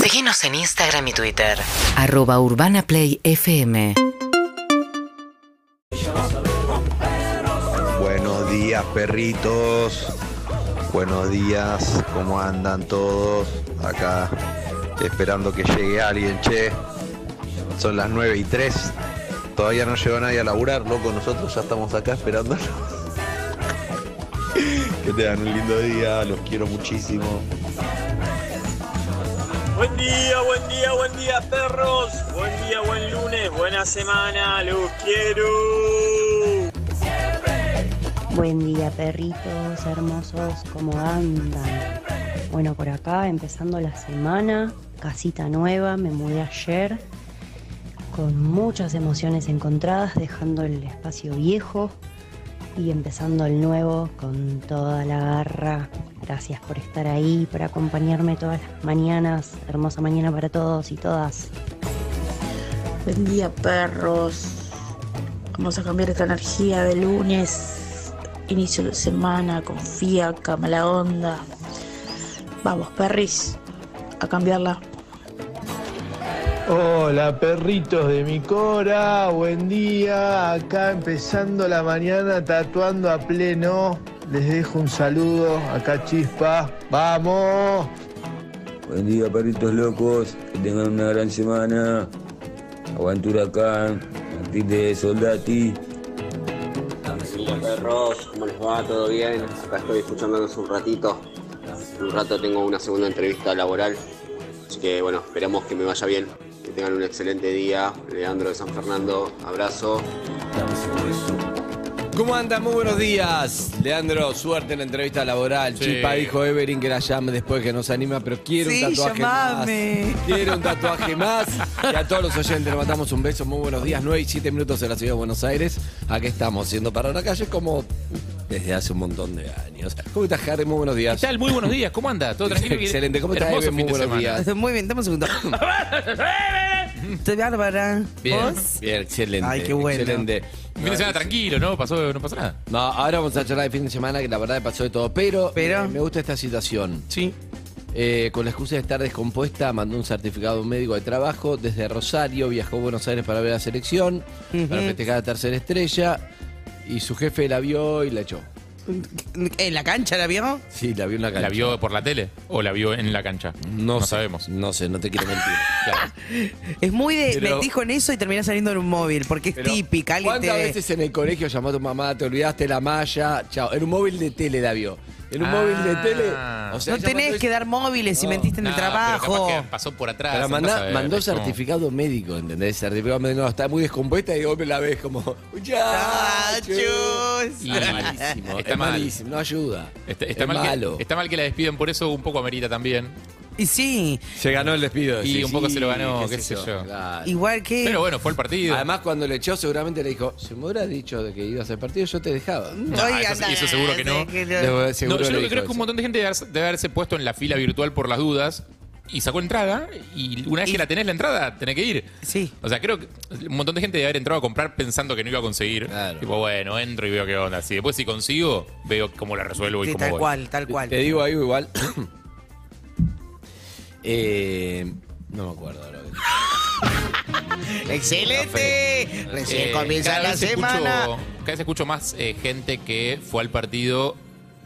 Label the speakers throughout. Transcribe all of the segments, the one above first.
Speaker 1: Seguinos en Instagram y Twitter.
Speaker 2: Arroba Urbana Play FM.
Speaker 3: Buenos días, perritos. Buenos días, ¿cómo andan todos? Acá esperando que llegue alguien, che. Son las 9 y 3. Todavía no llegó nadie a laburar, loco. Nosotros ya estamos acá esperándolos. que tengan un lindo día, los quiero muchísimo.
Speaker 4: Buen día, buen día, buen día, perros. Buen día, buen lunes, buena semana. Los quiero.
Speaker 5: Buen día, perritos hermosos, ¿cómo andan? Bueno, por acá empezando la semana, casita nueva, me mudé ayer con muchas emociones encontradas, dejando el espacio viejo y empezando el nuevo con toda la garra. Gracias por estar ahí, por acompañarme todas las mañanas. Hermosa mañana para todos y todas.
Speaker 6: Buen día, perros. Vamos a cambiar esta energía de lunes, inicio de semana, con fiaca, mala onda. Vamos, perris, a cambiarla.
Speaker 7: Hola perritos de mi cora, buen día, acá empezando la mañana tatuando a pleno, les dejo un saludo, acá chispa, vamos.
Speaker 8: Buen día, perritos locos. Que tengan una gran semana. Aguantura acá, Martín de Soldati.
Speaker 9: Hola perros, ¿cómo les va? ¿Todo bien? Acá estoy escuchándonos un ratito. En un rato tengo una segunda entrevista laboral. Así que bueno, esperamos que me vaya bien. Que tengan un excelente día. Leandro de San Fernando, abrazo.
Speaker 10: ¿Cómo andan? Muy buenos días. Leandro, suerte en la entrevista laboral.
Speaker 11: Sí.
Speaker 10: Chipa dijo Everin que la llame después que nos anima, pero quiero
Speaker 12: Sí,
Speaker 10: un tatuaje
Speaker 12: llamame.
Speaker 10: más. Quiero un tatuaje más. Y a todos los oyentes les mandamos un beso. Muy buenos días. 9 y 7 minutos en la ciudad de Buenos Aires. Aquí estamos, siendo para la calle como desde hace un montón de años. ¿Cómo estás, Harry? Muy buenos días.
Speaker 11: ¿Qué tal? Muy buenos días, ¿cómo anda? ¿Todo tranquilo?
Speaker 10: Excelente. ¿Cómo estás,
Speaker 11: Hermoso
Speaker 10: Eve? Muy
Speaker 11: fin de
Speaker 10: buenos
Speaker 11: semana.
Speaker 10: días.
Speaker 12: Muy bien, dame un segundo. Estoy bárbara.
Speaker 11: Bien,
Speaker 12: ¿Vos?
Speaker 10: Bien, excelente.
Speaker 12: Ay, qué bueno.
Speaker 10: Excelente.
Speaker 11: Fin de semana tranquilo, ¿no? Pasó, no pasó nada.
Speaker 10: No, ahora vamos a charlar de fin de semana, que la verdad pasó de todo. Pero,
Speaker 12: Pero-
Speaker 10: eh, me gusta esta situación.
Speaker 11: Sí.
Speaker 10: Eh, con la excusa de estar descompuesta, mandó un certificado médico de trabajo desde Rosario, viajó a Buenos Aires para ver la selección, para festejar la tercera estrella, y su jefe la vio y la echó.
Speaker 12: ¿En la cancha la vio?
Speaker 10: Sí, la vio en la cancha.
Speaker 11: ¿La vio por la tele o la vio en la cancha?
Speaker 10: No, sé,
Speaker 11: sabemos.
Speaker 10: No sé, no te quiero mentir.
Speaker 11: Claro.
Speaker 12: Es muy de.
Speaker 11: Pero-
Speaker 12: me dijo en eso y terminás saliendo en un móvil, porque es
Speaker 10: Pero,
Speaker 12: típica. Alguien
Speaker 10: ¿Cuántas
Speaker 12: te.
Speaker 10: veces en el colegio llamó a tu mamá, te olvidaste la malla? Chao. En un móvil de tele la vio. En un
Speaker 11: Ah.
Speaker 10: móvil de tele. O sea,
Speaker 12: no
Speaker 10: ella
Speaker 12: tenés
Speaker 10: mandó-
Speaker 12: que dar móviles si
Speaker 10: No,
Speaker 12: mentiste en
Speaker 11: No,
Speaker 12: el
Speaker 11: pero
Speaker 12: trabajo.
Speaker 11: capaz que pasó por atrás.
Speaker 10: Pero
Speaker 11: no
Speaker 10: mandá-
Speaker 11: sabe,
Speaker 10: mandó
Speaker 11: es como-
Speaker 10: certificado médico, ¿entendés? Certificado médico. No, está muy descompuesta y de golpe la ves como. ¡Muchachos!
Speaker 12: Muchachos.
Speaker 10: Y malísimo.
Speaker 11: Está
Speaker 10: es
Speaker 11: mal.
Speaker 10: malísimo. No ayuda.
Speaker 11: Está, está
Speaker 10: es
Speaker 11: mal
Speaker 10: malo.
Speaker 11: Que, está mal que la despiden por eso, un poco amerita también.
Speaker 12: Y sí,
Speaker 10: Se ganó el despido.
Speaker 11: Y un poco se lo ganó, qué sé yo.
Speaker 10: Claro.
Speaker 12: igual que.
Speaker 11: Pero bueno, fue el partido.
Speaker 10: Además, cuando le echó, seguramente le dijo: Si me hubieras dicho de que ibas al partido, yo te dejaba.
Speaker 11: No,
Speaker 12: Ay,
Speaker 11: Ah, eso-
Speaker 12: anda,
Speaker 11: eso seguro que no.
Speaker 10: Le-
Speaker 11: No,
Speaker 10: seguro
Speaker 11: yo lo
Speaker 10: le
Speaker 11: que
Speaker 10: dijo
Speaker 11: creo es que
Speaker 10: eso.
Speaker 11: un montón de gente debe haberse- debe haberse puesto en la fila virtual por las dudas y sacó entrada y una vez
Speaker 12: Y-
Speaker 11: que la tenés la entrada, tenés que ir.
Speaker 12: Sí.
Speaker 11: O sea, creo que un montón de gente debe haber entrado a comprar pensando que no iba a conseguir.
Speaker 10: Claro.
Speaker 11: Tipo, bueno, entro y veo qué onda. Si después si consigo, veo cómo la resuelvo y
Speaker 12: Sí,
Speaker 11: cómo
Speaker 12: tal
Speaker 11: voy.
Speaker 12: cual, tal cual.
Speaker 10: Te digo algo igual. Eh, no me acuerdo ahora.
Speaker 12: ¡Excelente! Recién
Speaker 11: Eh,
Speaker 12: comienza
Speaker 11: cada
Speaker 12: la
Speaker 11: vez escucho-
Speaker 12: semana.
Speaker 11: cada vez escucho más eh, gente que fue al partido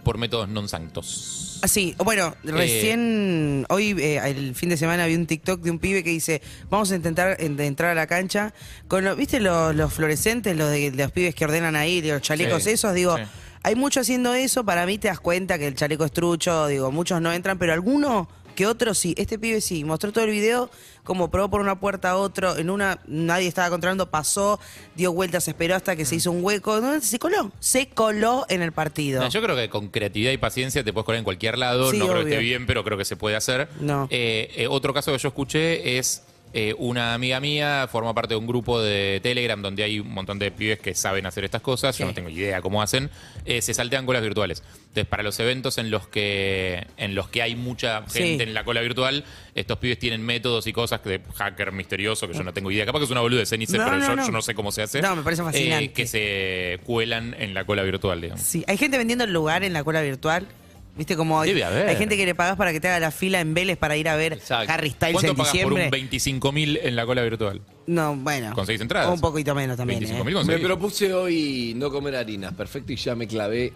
Speaker 11: por métodos non sanctos. Eh,
Speaker 12: Ah, Sí, bueno, recién hoy, eh, el fin de semana, vi un TikTok de un pibe que dice, vamos a intentar en- de entrar a la cancha con, los- ¿viste los, los fluorescentes, los de, los pibes que ordenan ahí, de los chalecos
Speaker 11: Sí,
Speaker 12: esos? Digo,
Speaker 11: sí.
Speaker 12: hay mucho haciendo eso, para mí te das cuenta que el chaleco es trucho, digo, muchos no entran, pero alguno que otro sí, este pibe sí, mostró todo el video, como probó por una puerta a otro, en una nadie estaba controlando, pasó, dio vueltas, esperó hasta que se hizo un hueco, ¿no? se coló, se coló en el partido.
Speaker 11: No, yo creo que con creatividad y paciencia te puedes colar en cualquier lado.
Speaker 12: Sí,
Speaker 11: no creo que
Speaker 12: obvio.
Speaker 11: esté bien, pero creo que se puede hacer.
Speaker 12: No.
Speaker 11: Eh, eh, otro caso que yo escuché es eh, una amiga mía, forma parte de un grupo de Telegram donde hay un montón de pibes que saben hacer estas cosas. Yo
Speaker 12: Sí.
Speaker 11: no tengo idea cómo hacen. Eh, se saltean colas virtuales. Entonces, para los eventos en los que, en los que hay mucha gente
Speaker 12: Sí.
Speaker 11: en la cola virtual, estos pibes tienen métodos y cosas de hacker misterioso que yo no tengo idea. Capaz que es una boludez, eh, ni sé,
Speaker 12: No,
Speaker 11: pero
Speaker 12: no,
Speaker 11: yo,
Speaker 12: no.
Speaker 11: yo no sé cómo se hace.
Speaker 12: No, me parece
Speaker 11: Eh,
Speaker 12: fascinante.
Speaker 11: que se cuelan en la cola virtual, digamos.
Speaker 12: Sí, hay gente vendiendo el lugar en la cola virtual.
Speaker 11: Viste como hay,
Speaker 9: Debe haber.
Speaker 11: hay gente que le pagas para que te haga la fila en Vélez para ir a ver Harry Styles en
Speaker 9: ¿Cuánto pagas por
Speaker 11: diciembre.
Speaker 9: un 25.000 en la cola virtual?
Speaker 11: No, bueno.
Speaker 9: ¿Conseguís entradas?
Speaker 11: Un poquito menos también. ¿eh?
Speaker 9: 25.000
Speaker 10: Me
Speaker 9: conseguís.
Speaker 10: propuse hoy no comer harinas, perfecto, y ya me clavé.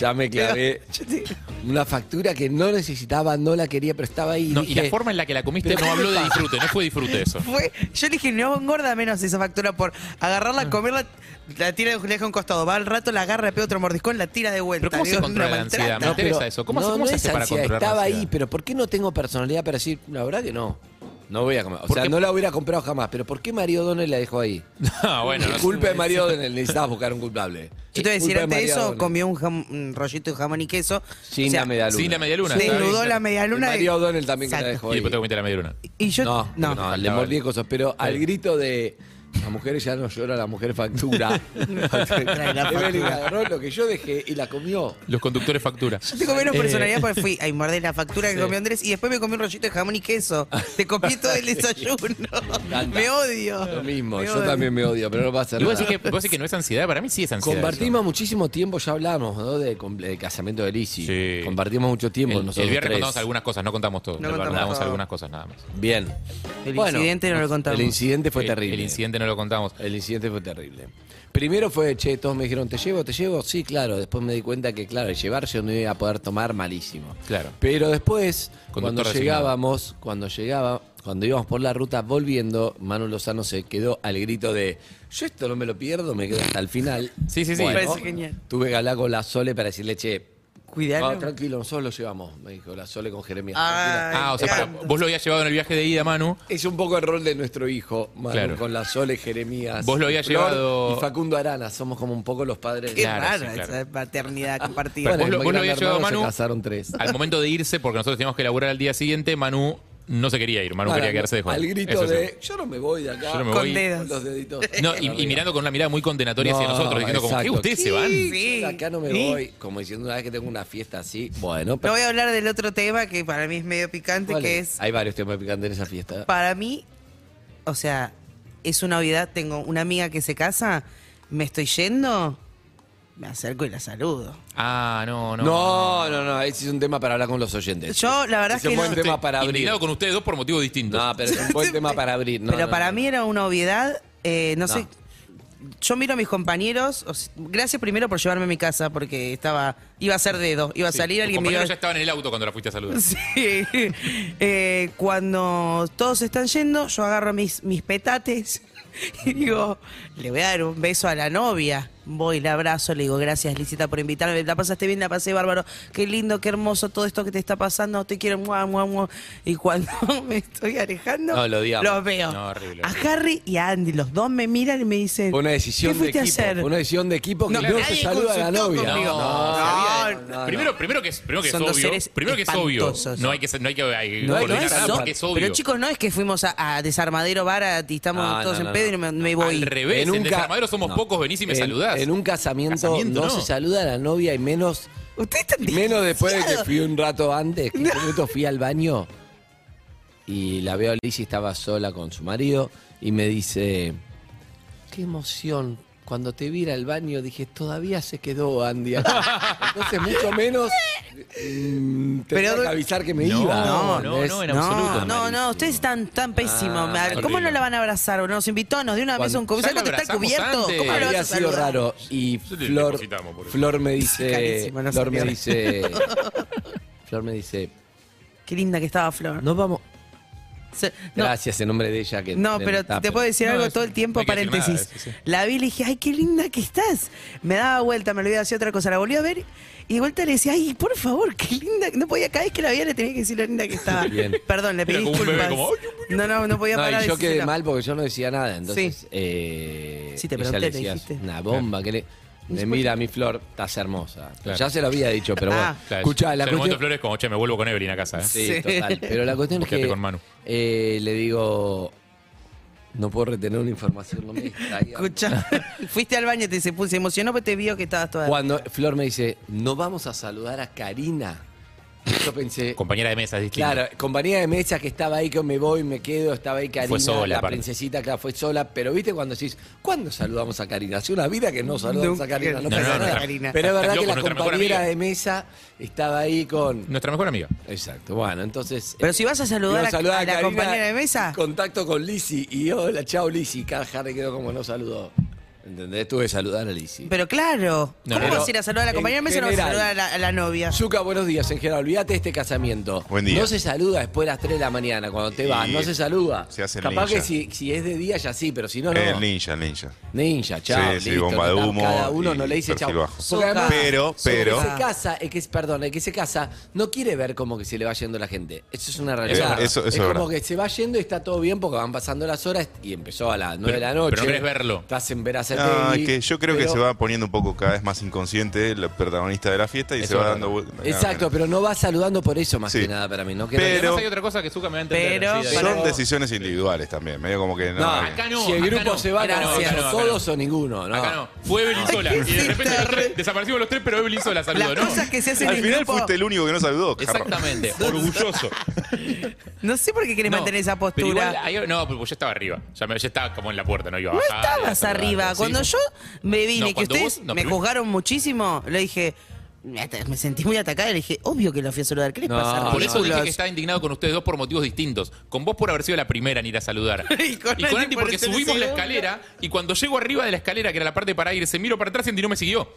Speaker 10: Ya me clavé una factura que no necesitaba, no la quería, pero estaba ahí.
Speaker 9: No, y la forma en la que la comiste
Speaker 10: ¿pero
Speaker 9: no
Speaker 10: qué
Speaker 9: habló
Speaker 10: me
Speaker 9: de
Speaker 10: pasa?
Speaker 9: disfrute, no fue disfrute eso.
Speaker 11: Fue- yo le dije, no engorda menos esa factura por agarrarla, comerla, la tira de lejos a un costado, va al rato, la agarra, pega otro mordiscón, la tira de vuelta.
Speaker 9: Pero ¿cómo se
Speaker 11: Digo,
Speaker 9: controla
Speaker 11: "No,
Speaker 9: la ansiedad?
Speaker 11: maltrata".
Speaker 9: Me interesa eso. ¿Cómo,
Speaker 10: no,
Speaker 9: cómo
Speaker 10: no
Speaker 9: se
Speaker 10: es
Speaker 9: hace para
Speaker 10: ansiedad,
Speaker 9: controlar la
Speaker 10: Estaba
Speaker 9: ansiedad?
Speaker 10: ahí, pero ¿por qué no tengo personalidad para decir, la verdad que no? No voy a comer. O sea,
Speaker 9: Porque-
Speaker 10: no la hubiera comprado jamás, pero ¿por qué Mario Donel la dejó ahí?
Speaker 9: No, bueno. no sé.
Speaker 10: Culpa de Mario Donel, necesitabas buscar un culpable.
Speaker 11: Yo te voy a decir,
Speaker 10: Culpa de
Speaker 11: antes de
Speaker 10: Mario
Speaker 11: eso,
Speaker 10: O'Donnell.
Speaker 11: comió un, jam- un rollito de jamón y queso.
Speaker 10: Sin
Speaker 11: O sea,
Speaker 10: la medialuna.
Speaker 9: Sin la medialuna. está bien.
Speaker 11: Desnudó la medialuna.
Speaker 10: Mario O'Donnell también que la
Speaker 11: Exacto.
Speaker 10: dejó
Speaker 9: Y
Speaker 10: ahí.
Speaker 9: después te comiste la medialuna.
Speaker 11: Y yo.
Speaker 10: No,
Speaker 11: No.
Speaker 10: no, le mordí cosas, pero al grito de las mujeres ya no lloran, la mujer factura.
Speaker 11: Trae la
Speaker 10: Evelyn
Speaker 11: factura.
Speaker 10: agarró lo que yo dejé y la comió.
Speaker 9: Los conductores facturas.
Speaker 11: Yo tengo menos
Speaker 9: Eh.
Speaker 11: personalidad porque fui a morder la factura que
Speaker 10: Sí.
Speaker 11: comió Andrés y después me comí un rollito de jamón y queso. Te copié todo el desayuno. me odio.
Speaker 10: Lo mismo,
Speaker 11: Me
Speaker 10: yo
Speaker 11: odio.
Speaker 10: también me odio, pero no pasa
Speaker 9: Y vos decís,
Speaker 10: nada.
Speaker 9: que, vos decís que no es ansiedad, para mí sí es ansiedad.
Speaker 10: Compartimos muchísimo tiempo, ya hablamos, ¿no? De, com- de casamiento de Lizzy.
Speaker 9: Sí.
Speaker 10: Compartimos mucho
Speaker 9: eso.
Speaker 10: tiempo
Speaker 9: El, el
Speaker 10: nosotros
Speaker 9: viernes
Speaker 10: tres.
Speaker 9: contamos algunas cosas, no contamos todo.
Speaker 11: No
Speaker 9: Contamos
Speaker 11: contamos todo.
Speaker 9: algunas cosas nada más.
Speaker 10: Bien.
Speaker 11: El incidente no lo contamos.
Speaker 10: El incidente fue
Speaker 9: El-
Speaker 10: terrible.
Speaker 9: Eh, El incidente no lo contamos.
Speaker 10: El incidente fue terrible. Primero fue, che, todos me dijeron, ¿te llevo, te llevo? Sí, claro. Después me di cuenta que, claro, el llevar yo no iba a poder tomar malísimo.
Speaker 9: Claro.
Speaker 10: Pero después,
Speaker 9: Conductor
Speaker 10: cuando
Speaker 9: resignado.
Speaker 10: llegábamos, cuando llegaba, cuando íbamos por la ruta volviendo, Manu Lozano se quedó al grito de, yo esto no me lo pierdo, me quedo hasta el final.
Speaker 9: Sí, sí, sí.
Speaker 10: Bueno,
Speaker 11: Me parece genial.
Speaker 10: Tuve que hablar con la Sole para decirle, che,
Speaker 9: Ah,
Speaker 11: Cuidalo.
Speaker 10: no, tranquilo, nosotros lo llevamos, me dijo la Sole con Jeremías.
Speaker 11: Ah,
Speaker 9: Ah, o sea, para-
Speaker 11: Encanta.
Speaker 9: vos lo habías llevado en el viaje de ida, Manu.
Speaker 10: Es un poco el rol de nuestro hijo, Manu,
Speaker 9: Claro.
Speaker 10: con la Sole, Jeremías.
Speaker 9: Vos lo habías
Speaker 10: Flor
Speaker 9: llevado-
Speaker 10: Y Facundo Arana, somos como un poco los padres.
Speaker 11: Qué
Speaker 9: Claro,
Speaker 11: rara
Speaker 9: sí, claro.
Speaker 11: esa paternidad compartida.
Speaker 10: Bueno,
Speaker 9: Vos lo-
Speaker 10: en
Speaker 9: vos lo
Speaker 10: Gran
Speaker 9: habías llevado,
Speaker 10: Hermano
Speaker 9: Manu.
Speaker 10: Se casaron tres.
Speaker 9: Al momento de irse, porque nosotros teníamos que elaborar al día siguiente, Manu no se quería ir. Manu
Speaker 10: Ahora,
Speaker 9: quería quedarse de juego.
Speaker 10: Al grito
Speaker 9: Eso sí.
Speaker 10: de, yo no me voy de acá.
Speaker 9: Yo no me
Speaker 11: Con
Speaker 9: voy.
Speaker 11: dedos.
Speaker 10: Con los deditos.
Speaker 9: No, y, y mirando con una mirada muy condenatoria hacia
Speaker 10: No,
Speaker 9: nosotros, diciendo como, ¿qué
Speaker 10: exacto.
Speaker 9: ustedes se van?
Speaker 11: Sí.
Speaker 10: Yo de acá no me
Speaker 11: Sí.
Speaker 10: voy. Como diciendo, una vez que tengo una fiesta así, bueno.
Speaker 11: No
Speaker 10: pero-
Speaker 11: voy a hablar del otro tema que para mí es medio picante,
Speaker 10: ¿cuál
Speaker 11: que
Speaker 10: es?
Speaker 11: es
Speaker 10: Hay varios temas picantes en esa fiesta.
Speaker 11: Para mí, o sea, es una obviedad. Tengo una amiga que se casa, me estoy yendo, me acerco y la saludo.
Speaker 9: Ah, no, no.
Speaker 10: No, no, no, ese es un tema para hablar con los oyentes.
Speaker 11: Yo, la verdad es
Speaker 10: Ese
Speaker 11: que
Speaker 10: es buen
Speaker 11: no.
Speaker 10: tema para abrir.
Speaker 9: Indignado con ustedes dos por motivos distintos.
Speaker 10: No, pero es un buen tema para abrir. No,
Speaker 11: Pero
Speaker 10: no,
Speaker 11: para
Speaker 10: no.
Speaker 11: mí era una obviedad, eh, no,
Speaker 10: No.
Speaker 11: sé. Yo miro a mis compañeros, o sea, gracias primero por llevarme a mi casa, porque estaba, iba a ser dedo, iba a
Speaker 9: Sí,
Speaker 11: salir
Speaker 9: tus
Speaker 11: alguien me iba
Speaker 9: compañeros
Speaker 11: a-
Speaker 9: ya estaban en el auto cuando la fuiste a saludar.
Speaker 11: Sí. Eh, cuando todos están yendo, yo agarro mis, mis petates y digo, le voy a dar un beso a la novia. Voy, la abrazo, le digo, gracias Licita por invitarme, la pasaste bien, la pasé bárbaro, qué lindo, qué hermoso todo esto que te está pasando, te quiero, mua, mua, mua. Y cuando me estoy alejando,
Speaker 10: No, lo odiamos.
Speaker 11: los veo.
Speaker 9: No, horrible,
Speaker 11: a
Speaker 9: horrible.
Speaker 11: Harry y a Andy, los dos me miran y me dicen,
Speaker 10: Fue una decisión
Speaker 11: Eh, ¿qué
Speaker 10: de
Speaker 11: fuiste
Speaker 10: equipo.
Speaker 11: a hacer?
Speaker 10: fue Una decisión de equipo que
Speaker 11: No,
Speaker 10: no, se
Speaker 11: nadie
Speaker 10: saluda a la
Speaker 11: consultó
Speaker 10: novia.
Speaker 11: conmigo.
Speaker 10: No,
Speaker 11: No,
Speaker 10: sabía-
Speaker 11: no,
Speaker 10: no,
Speaker 9: primero,
Speaker 10: no.
Speaker 9: primero que es, primero que es
Speaker 11: Son dos
Speaker 9: obvio.
Speaker 11: seres
Speaker 9: Primero que es obvio.
Speaker 11: espantosos.
Speaker 9: No hay que, ser- no hay que eh,
Speaker 10: No hay-
Speaker 9: coordinar
Speaker 10: no es
Speaker 9: nada
Speaker 10: eso.
Speaker 9: porque es obvio.
Speaker 11: Pero chicos, no es que fuimos a, a Desarmadero Barat y estamos
Speaker 10: No,
Speaker 11: todos
Speaker 10: no, no,
Speaker 11: en pedo y me, me voy.
Speaker 9: Al revés, en, Desarmadero somos
Speaker 10: no.
Speaker 9: pocos, venís y me
Speaker 10: En-
Speaker 9: saludás.
Speaker 10: En un casamiento,
Speaker 9: Casamiento,
Speaker 10: no,
Speaker 9: no.
Speaker 10: se saluda a la novia y menos,
Speaker 11: Ustedes están
Speaker 10: y menos después de que
Speaker 11: desgraciados.
Speaker 10: fui un rato antes, 15 minutos fui al baño y la veo a Lizzie, estaba sola con su marido y me dice, qué emoción. Cuando te vi ir al baño dije, todavía se quedó Andy. acá". Entonces, mucho menos mm, te
Speaker 11: Pero-
Speaker 10: tenía que avisar que me
Speaker 9: No,
Speaker 10: iba.
Speaker 9: no, no,
Speaker 10: ¿entendés?
Speaker 9: en absoluto,
Speaker 11: No, no, ustedes están tan pésimos.
Speaker 10: Ah,
Speaker 11: ¿Cómo no
Speaker 9: horrible.
Speaker 11: la van a abrazar? ¿O no? Nos invitó, nos dio una mesa, un
Speaker 9: Cuando-
Speaker 11: comensal
Speaker 9: Ya lo
Speaker 11: cuando está
Speaker 9: abrazamos
Speaker 11: cubierto.
Speaker 9: antes.
Speaker 11: ¿Cómo lo vas
Speaker 10: Eh, Había
Speaker 11: a
Speaker 10: sido
Speaker 11: saludar?
Speaker 10: raro. Y
Speaker 9: Yo te
Speaker 10: Flor,
Speaker 9: depositamos por eso.
Speaker 10: Flor me dice.
Speaker 11: Carísimo, no
Speaker 10: Flor me
Speaker 11: salió.
Speaker 10: dice. Flor me dice.
Speaker 11: Qué linda que estaba Flor.
Speaker 10: Nos vamos.
Speaker 11: Se- no,
Speaker 10: Gracias en nombre de ella que.
Speaker 11: No,
Speaker 10: que
Speaker 11: pero
Speaker 10: está,
Speaker 11: te puedo decir
Speaker 9: No,
Speaker 11: algo
Speaker 9: es-
Speaker 11: todo el tiempo,
Speaker 9: no hay que decir
Speaker 11: paréntesis.
Speaker 9: nada, sí, sí.
Speaker 11: La vi y le dije, ay, qué linda que estás. Me daba vuelta, me olvidaba decir otra cosa, la volví a ver y de vuelta le decía, ay, por favor, qué linda. que-". No podía, cada vez que la veía le tenía que decir lo linda que estaba.
Speaker 10: Bien.
Speaker 11: Perdón, le pedí
Speaker 9: Era como un bebé,
Speaker 11: disculpas.
Speaker 9: como, "Ay,
Speaker 11: No, no, no podía
Speaker 10: No,
Speaker 11: parar.
Speaker 10: y
Speaker 11: de
Speaker 10: yo quedé
Speaker 11: decírselo.
Speaker 10: mal porque yo no decía nada. Entonces. eh,
Speaker 11: Sí, te
Speaker 10: ella
Speaker 11: pregunté,
Speaker 10: le
Speaker 11: te
Speaker 10: decía,
Speaker 11: dijiste.
Speaker 10: Una bomba que le. Me mira a mi flor, estás hermosa.
Speaker 9: Claro.
Speaker 10: Ya se lo había dicho, pero bueno.
Speaker 11: Ah.
Speaker 9: Claro,
Speaker 10: Escuchá, la
Speaker 9: en el momento
Speaker 10: cuestión,
Speaker 9: Flores como, che, me vuelvo con Evelyn a casa. ¿eh?
Speaker 10: Sí,
Speaker 11: Sí.
Speaker 10: total. Pero la cuestión es
Speaker 9: Quédate
Speaker 10: que
Speaker 9: con Manu.
Speaker 10: eh, le digo, no puedo retener una información. No me distraigas.
Speaker 11: Escucha, fuiste al baño, te se, se emocionó porque te vio que estabas toda.
Speaker 10: Cuando Flor me dice, no vamos a saludar a Karina. Yo pensé.
Speaker 9: Compañera de mesa es distinto.
Speaker 10: Claro, compañía de mesa que estaba ahí, que me voy, me quedo, estaba ahí Karina,
Speaker 9: Fue sola,
Speaker 10: la
Speaker 9: aparte.
Speaker 10: princesita, claro, fue sola, pero viste cuando decís, ¿cuándo saludamos a Karina? Hace una vida que no saludamos
Speaker 11: Nunca,
Speaker 10: a Karina, no,
Speaker 9: no,
Speaker 10: pasa
Speaker 9: no,
Speaker 10: nada.
Speaker 9: no, Karina.
Speaker 10: Pero es verdad
Speaker 9: Estás
Speaker 10: que
Speaker 9: loco,
Speaker 10: la
Speaker 9: nuestra mejor
Speaker 10: compañera
Speaker 9: amiga.
Speaker 10: de mesa estaba ahí con...
Speaker 9: Nuestra mejor amiga.
Speaker 10: Exacto, bueno, entonces...
Speaker 11: Pero si vas a saludar
Speaker 10: Iba
Speaker 11: a- a la compañera de mesa.
Speaker 10: Contacto con Lisi y hola, chao Lisi, Carharre quedó como no saludó. ¿Entendés? Tuve que saludar a Lisi.
Speaker 11: Pero claro,
Speaker 10: No,
Speaker 11: ¿cómo
Speaker 10: pero
Speaker 11: vas a ir a saludar a la
Speaker 10: en
Speaker 11: compañera de mesa y no vas a
Speaker 10: general.
Speaker 11: saludar a la, a la novia?
Speaker 10: Zuka, buenos días, en general. Olvídate de este casamiento.
Speaker 13: Buen día.
Speaker 10: No se saluda después de las 3 de la mañana cuando te vas.
Speaker 13: Y
Speaker 10: No se saluda.
Speaker 13: se hace el
Speaker 10: Capaz
Speaker 13: ninja.
Speaker 10: que si, si es de día ya sí, pero si no, no.
Speaker 13: El ninja, el ninja.
Speaker 10: Ninja, chao.
Speaker 13: Sí, sí,
Speaker 10: listo,
Speaker 13: bomba de
Speaker 10: total,
Speaker 13: humo
Speaker 10: Cada uno
Speaker 13: y
Speaker 10: no le dice
Speaker 13: perfil
Speaker 10: chao.
Speaker 13: bajo.
Speaker 10: Porque además,
Speaker 13: Pero,
Speaker 10: el que
Speaker 13: pero-
Speaker 10: se casa, el que, se- perdón, el que se casa no quiere ver cómo que se le va yendo la gente. Eso es una realidad.
Speaker 13: verdad. Eh, Eso- eso
Speaker 10: es,
Speaker 13: es
Speaker 10: como
Speaker 13: verdad.
Speaker 10: que se va yendo y está todo bien porque van pasando las horas y empezó a las 9 de la
Speaker 9: Pero-
Speaker 10: noche.
Speaker 9: pero no querés verlo.
Speaker 10: Estás en Verazategui.
Speaker 13: No, es que yo creo que
Speaker 10: pero-
Speaker 13: se va poniendo un poco cada vez más inconsciente el protagonista de la fiesta y
Speaker 10: Eso
Speaker 13: Este se va
Speaker 10: es
Speaker 13: dando
Speaker 10: verdad.
Speaker 13: vueltas.
Speaker 10: Exacto, pero no va saludando por eso más
Speaker 13: Sí.
Speaker 10: que nada para mí. No que
Speaker 13: Pero-
Speaker 9: Además hay otra cosa que Zuka me va a entender.
Speaker 11: Pero-
Speaker 9: sí, de-
Speaker 13: Son decisiones individuales también, medio como que...
Speaker 10: No, acá no. Si el
Speaker 9: acá
Speaker 10: grupo
Speaker 9: no,
Speaker 10: se va,
Speaker 9: acá no,
Speaker 10: gracias.
Speaker 9: acá no, acá
Speaker 10: todos o ninguno, ¿no?
Speaker 9: Acá no. Fue Evelyn sola. Y de repente los tres- desaparecimos los tres, pero Evelyn sola saludó,
Speaker 11: Las
Speaker 9: ¿no?
Speaker 11: cosas que se hacen
Speaker 13: Al
Speaker 11: en
Speaker 13: final
Speaker 11: grupo-
Speaker 13: fuiste el único que no saludó. Carro.
Speaker 9: Exactamente. Orgulloso.
Speaker 11: No sé por qué querés
Speaker 9: No,
Speaker 11: mantener esa
Speaker 9: pero
Speaker 11: postura.
Speaker 9: igual hay- no, porque yo estaba arriba. Ya, me- yo estaba como en la puerta, no iba a
Speaker 11: No
Speaker 9: bajar. iba a
Speaker 11: estabas
Speaker 9: estar
Speaker 11: arriba.
Speaker 9: hablando, sí.
Speaker 11: Cuando yo me
Speaker 9: No,
Speaker 11: vine, que
Speaker 9: cuando
Speaker 11: ustedes
Speaker 9: vos- no,
Speaker 11: me
Speaker 9: pero-
Speaker 11: juzgaron muchísimo, le dije, me at- me sentí muy atacada y le dije, obvio que la fui a saludar. ¿Qué les
Speaker 10: No,
Speaker 11: pasa?
Speaker 9: Ah, Por eso dije
Speaker 11: ridículos?
Speaker 9: que estaba indignado con ustedes dos por motivos distintos. Con vos por haber sido la primera en ir a saludar.
Speaker 11: Y con
Speaker 9: Y con
Speaker 11: Andy
Speaker 9: Andy
Speaker 11: por
Speaker 9: porque
Speaker 11: ser el
Speaker 9: subimos la
Speaker 11: segundo.
Speaker 9: escalera y cuando llego arriba de la escalera, que era la parte para irse, miro para atrás y Andy no me siguió.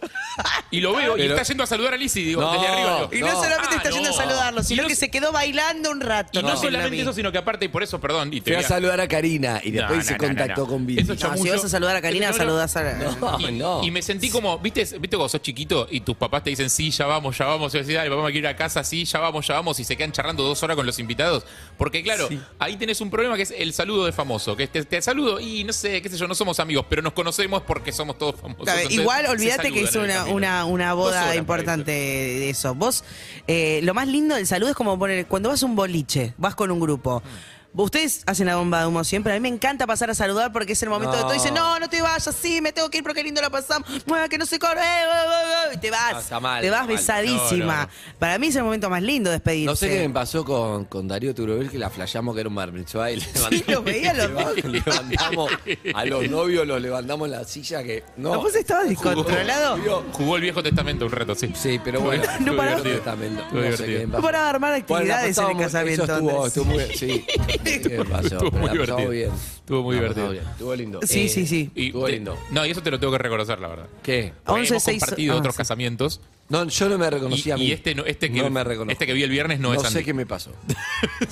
Speaker 9: Y lo veo y
Speaker 10: Pero-
Speaker 9: está yendo a saludar a Lizzie, digo,
Speaker 10: No.
Speaker 9: desde arriba. digo,
Speaker 11: Y no,
Speaker 10: No.
Speaker 11: solamente
Speaker 9: Ah,
Speaker 11: está yendo
Speaker 9: no.
Speaker 11: a saludarlo,
Speaker 9: Y
Speaker 11: sino
Speaker 9: no
Speaker 11: que
Speaker 9: se-
Speaker 11: se quedó bailando un rato.
Speaker 9: Y no, solamente
Speaker 11: Lo
Speaker 9: eso,
Speaker 11: vi.
Speaker 9: sino que aparte, y por eso, perdón, y te
Speaker 10: Fui a
Speaker 9: voy a-
Speaker 10: saludar a Karina y después
Speaker 9: No,
Speaker 10: se
Speaker 9: no, no,
Speaker 10: contactó
Speaker 9: no, no.
Speaker 10: con Vini.
Speaker 9: Eso es
Speaker 11: No, si
Speaker 9: chamullo.
Speaker 11: vas a saludar a Karina,
Speaker 9: Este No, no.
Speaker 11: saludás a la...
Speaker 10: No,
Speaker 9: Y,
Speaker 10: no.
Speaker 9: y me sentí como, viste, viste cuando sos chiquito y tus papás te dicen, sí, ya vamos, ya vamos, y vos decís, dale, papá, me quiero ir a casa, sí, ya vamos, ya vamos, y se quedan charlando dos horas con los invitados. Porque claro, ahí tenés un problema que es el saludo de famoso, que es, te, te saludo y no sé, qué sé yo, no somos amigos, pero nos conocemos porque somos todos famosos.
Speaker 11: Claro,
Speaker 9: Entonces,
Speaker 11: igual
Speaker 9: se
Speaker 11: olvídate que
Speaker 9: saludan
Speaker 11: es
Speaker 9: en el
Speaker 11: una,
Speaker 9: camino.
Speaker 11: una, una
Speaker 9: Dos horas
Speaker 11: boda
Speaker 9: para
Speaker 11: importante
Speaker 9: irse.
Speaker 11: de eso. Vos, eh, lo más lindo del saludo es como poner, cuando vas a un boliche, vas con un grupo.
Speaker 10: Mm.
Speaker 11: Ustedes hacen la bomba de humo siempre. A mí me encanta pasar a saludar porque es el momento de todo. Dicen,
Speaker 10: No.
Speaker 11: no, no te vayas, sí, me tengo que ir porque lindo la pasamos. Mueva, que no se corre. eh, eh, eh", Y te vas.
Speaker 10: No, está mal,
Speaker 11: te vas
Speaker 10: está mal.
Speaker 11: besadísima.
Speaker 9: No, no,
Speaker 11: Para mí es el momento más lindo de despedirse.
Speaker 10: No sé qué me pasó con, con Darío Turovel que la flasheamos que era un bar mitzvah y le levantamos-
Speaker 11: lo veía los dos.
Speaker 10: levantamos a los novios, los levantamos en la silla que no.
Speaker 11: ¿No, vos estabas
Speaker 10: Jugó-
Speaker 11: descontrolado?
Speaker 10: jugó-
Speaker 9: Jugó el Viejo Testamento un rato, sí.
Speaker 10: Sí, pero bueno.
Speaker 9: Estuvo
Speaker 11: No paraba.
Speaker 9: divertido.
Speaker 10: Exactamente,
Speaker 9: Estuvo
Speaker 10: no sé qué
Speaker 9: divertido.
Speaker 10: me
Speaker 11: No
Speaker 10: pasó.
Speaker 11: paraba de armar
Speaker 10: Bueno, la
Speaker 11: actividades en el
Speaker 10: pasábamos-
Speaker 11: casamiento.
Speaker 10: eso estuvo,
Speaker 11: Andrés.
Speaker 10: estuvo muy sí. Bien, pasó, pero
Speaker 9: Estuvo
Speaker 10: la
Speaker 9: muy
Speaker 10: pasamos
Speaker 9: divertido.
Speaker 10: bien.
Speaker 9: Estuvo muy
Speaker 10: La
Speaker 9: divertido.
Speaker 10: pasamos bien, Estuvo lindo. Eh,
Speaker 11: Sí, sí, sí.
Speaker 9: Y
Speaker 10: Estuvo
Speaker 9: te-
Speaker 10: lindo.
Speaker 9: No, y eso te lo tengo que reconocer, la verdad.
Speaker 10: ¿Qué?
Speaker 9: Porque
Speaker 11: 11,
Speaker 9: hemos
Speaker 11: seis-
Speaker 9: compartido
Speaker 11: ah,
Speaker 9: otros
Speaker 11: sí.
Speaker 9: casamientos
Speaker 10: No, yo no me reconocí
Speaker 9: y,
Speaker 10: a mí.
Speaker 9: y este, no- este, que,
Speaker 10: no me reconocí.
Speaker 9: este que vi el viernes no, es
Speaker 10: No sé
Speaker 9: Andy.
Speaker 10: qué me pasó.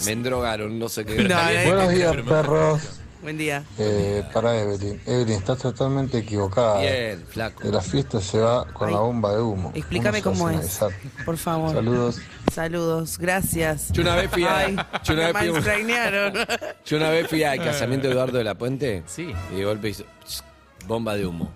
Speaker 10: Me drogaron, no sé qué.
Speaker 11: No,
Speaker 10: Está bien.
Speaker 11: eh,
Speaker 14: Buenos días,
Speaker 9: Pero me-
Speaker 14: perros.
Speaker 11: Buen día.
Speaker 14: Eh, para Evelyn. Evelyn, estás totalmente equivocada.
Speaker 10: Bien, flaco.
Speaker 14: De la fiesta se va con
Speaker 11: Ay.
Speaker 14: la bomba de humo.
Speaker 11: Explícame
Speaker 14: Uno se
Speaker 11: cómo
Speaker 14: hace
Speaker 11: es.
Speaker 14: analizar.
Speaker 11: Por favor.
Speaker 14: Saludos.
Speaker 11: Saludos, gracias.
Speaker 10: Yo una vez fui a- yo una
Speaker 11: me
Speaker 10: vez fui a un-
Speaker 11: mansplainearon.
Speaker 10: Yo una vez fui al casamiento de Eduardo de la Puente.
Speaker 9: Sí.
Speaker 10: Y de golpe hizo "Ps", bomba de humo.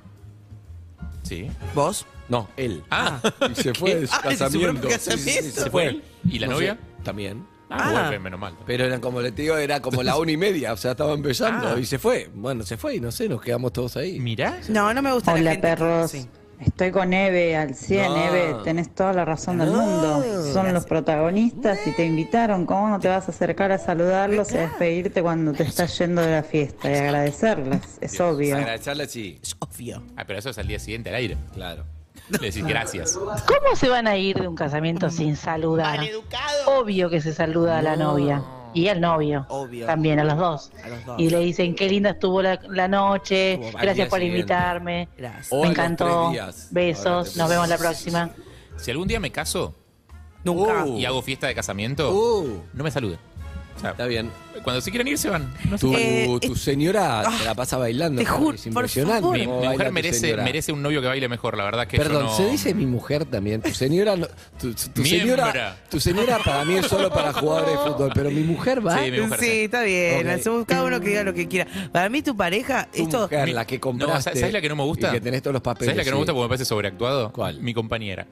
Speaker 9: Sí.
Speaker 11: ¿Vos?
Speaker 10: No, él.
Speaker 9: Ah.
Speaker 10: Y se fue de su
Speaker 11: Ah, de su
Speaker 10: casamiento.
Speaker 11: propio casamiento.
Speaker 9: ¿Se fue él? ¿Y la
Speaker 10: No
Speaker 9: novia?
Speaker 10: sé, también.
Speaker 9: Ah, vuelve, menos mal.
Speaker 10: Pero eran como le te digo, era como la una y media, o sea, estaba empezando
Speaker 9: Ah.
Speaker 10: y se fue. Bueno, se fue y no sé, nos quedamos todos ahí.
Speaker 9: Mirá.
Speaker 11: No, no me gusta la
Speaker 15: Hola
Speaker 11: gente.
Speaker 15: perros,
Speaker 11: Sí.
Speaker 15: estoy con Eve al 100,
Speaker 10: No.
Speaker 15: Eve, tenés toda la razón del
Speaker 11: No.
Speaker 15: mundo, son
Speaker 11: Gracias.
Speaker 15: los protagonistas y te invitaron, ¿cómo no te vas a acercar a saludarlos y a despedirte cuando te estás yendo de la fiesta y agradecerlas? Es obvio.
Speaker 10: Agradecerle, sí.
Speaker 11: Es obvio.
Speaker 9: Ah, pero eso es al día siguiente al aire.
Speaker 10: Claro.
Speaker 9: Le decís gracias.
Speaker 16: ¿Cómo se van a ir de un casamiento sin saludar? Obvio que se saluda a la novia y al novio.
Speaker 11: Obvio.
Speaker 16: También a los dos.
Speaker 11: A los dos.
Speaker 16: Y le dicen, qué linda estuvo la, la noche,
Speaker 10: Estuvo- al día
Speaker 16: gracias por
Speaker 10: siguiente.
Speaker 16: invitarme.
Speaker 11: Gracias.
Speaker 10: O a
Speaker 16: Me
Speaker 10: los
Speaker 16: encantó.
Speaker 10: tres días. Ahora
Speaker 16: Besos,
Speaker 10: te
Speaker 16: nos vemos la
Speaker 10: presento.
Speaker 16: próxima.
Speaker 9: Si algún día me caso
Speaker 11: Nunca.
Speaker 10: Uh.
Speaker 9: y hago fiesta de casamiento,
Speaker 10: Uh.
Speaker 9: no me saluden. O sea,
Speaker 10: Está bien.
Speaker 9: cuando se quieran ir, se van. No sé. ah.
Speaker 10: Tu,
Speaker 11: Eh,
Speaker 10: tu
Speaker 11: eh,
Speaker 10: señora te la pasa bailando.
Speaker 11: te juro,
Speaker 10: es
Speaker 11: por
Speaker 10: impresionante.
Speaker 11: favor.
Speaker 9: Mi,
Speaker 10: cómo
Speaker 9: mi
Speaker 10: baila
Speaker 9: mujer
Speaker 10: tu
Speaker 9: merece,
Speaker 10: señora.
Speaker 9: merece un novio que baile mejor, la verdad que yo
Speaker 10: Perdón,
Speaker 9: no-
Speaker 10: ¿se dice mi mujer también? Tu señora, no- tu, tu- tu
Speaker 9: Miembra.
Speaker 10: señora, tu señora para mí es solo para jugadores de fútbol, pero mi mujer va.
Speaker 9: Sí, mi mujer.
Speaker 11: Sí, está bien.
Speaker 10: Ok.
Speaker 11: hacemos cada uno que diga lo que quiera. Para mí, tu pareja,
Speaker 10: Tu
Speaker 11: esto.
Speaker 10: mujer,
Speaker 9: Mi-
Speaker 10: la que
Speaker 9: No,
Speaker 10: compraste.
Speaker 9: ¿sabes- ¿sabes la que no me gusta?
Speaker 10: y que tenés todos los papeles.
Speaker 9: ¿Sabes la que no me
Speaker 10: sí.
Speaker 9: gusta porque me parece sobreactuado?
Speaker 10: ¿Cuál?
Speaker 9: Mi compañera.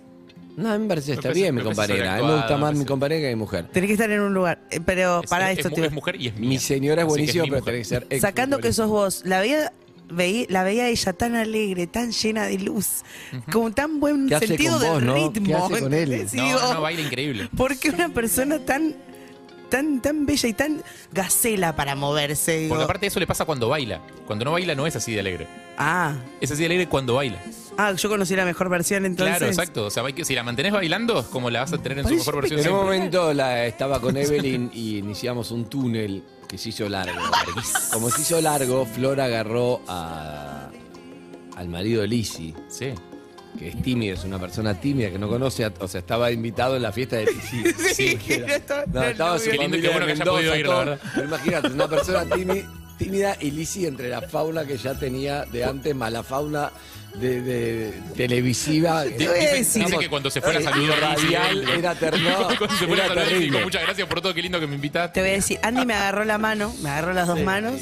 Speaker 10: No, a mí me parece que está
Speaker 9: Me parece-
Speaker 10: bien mi
Speaker 9: me
Speaker 10: compañera. A
Speaker 9: parece
Speaker 10: mí me
Speaker 9: sobreactuado,
Speaker 10: gusta
Speaker 9: me
Speaker 10: más mi
Speaker 9: parece-
Speaker 10: compañera que mi mujer.
Speaker 11: Tenés que estar en un lugar. Eh, Pero
Speaker 9: Es-
Speaker 11: para
Speaker 9: es,
Speaker 11: esto
Speaker 9: mu-
Speaker 11: te
Speaker 9: es mujer y es mía.
Speaker 10: Mi señora es
Speaker 9: Así que
Speaker 10: buenísima,
Speaker 9: mi
Speaker 10: pero
Speaker 9: mujer.
Speaker 10: tenés que ser ex
Speaker 11: Sacando que sos vos, la vida veí- la veía a ella tan alegre, tan llena de luz, con tan buen
Speaker 10: ¿Qué hace
Speaker 11: sentido
Speaker 10: con vos,
Speaker 11: del
Speaker 10: no? ¿Qué
Speaker 11: ritmo.
Speaker 10: hace con él?
Speaker 11: ¿entendés? Y
Speaker 10: No,
Speaker 11: digo,
Speaker 9: No, no, baila increíble.
Speaker 11: ¿Por qué una persona tan, tan, tan bella y tan gacela para moverse? Digo,
Speaker 9: Porque aparte eso le pasa cuando baila. Cuando no baila no es así de alegre.
Speaker 11: Ah.
Speaker 9: Es así de alegre cuando baila.
Speaker 11: ah, yo conocí la mejor versión entonces.
Speaker 9: Claro, exacto. O sea, hay que- si la mantenés bailando es como la vas a tener en su mejor versión.
Speaker 10: En un
Speaker 9: siempre.
Speaker 10: momento la, estaba con Evelyn y iniciamos un túnel que se hizo largo. Como se hizo largo, Flor agarró a, al marido de Lizzy.
Speaker 9: Sí.
Speaker 10: Que es tímida, es una persona tímida que no conoce. a- o sea, estaba invitado en la fiesta de Lizzy.
Speaker 11: Sí, que no estaba-
Speaker 10: No, estaba su
Speaker 9: Qué lindo y qué
Speaker 10: familia
Speaker 9: bueno que
Speaker 10: de
Speaker 9: haya
Speaker 10: Mendoza,
Speaker 9: podido ir, la
Speaker 10: todo.
Speaker 9: verdad.
Speaker 10: Pero Imagínate, una persona tími- tímida y Lizzy entre la fauna que ya tenía de antes, más la fauna de, de- televisiva.
Speaker 9: Di- dice- dice que cuando se fue la
Speaker 10: Eh,
Speaker 9: saludó a Lizzy,
Speaker 10: radial,
Speaker 9: eh,
Speaker 10: era terno-
Speaker 9: Cuando se fue la
Speaker 10: era
Speaker 9: saludó a Lizzy, dijo,
Speaker 10: terrible.
Speaker 9: muchas gracias por todo, qué lindo que me invitaste.
Speaker 11: Te voy a decir, Andy me agarró la mano, me agarró las dos
Speaker 9: Sí.
Speaker 11: manos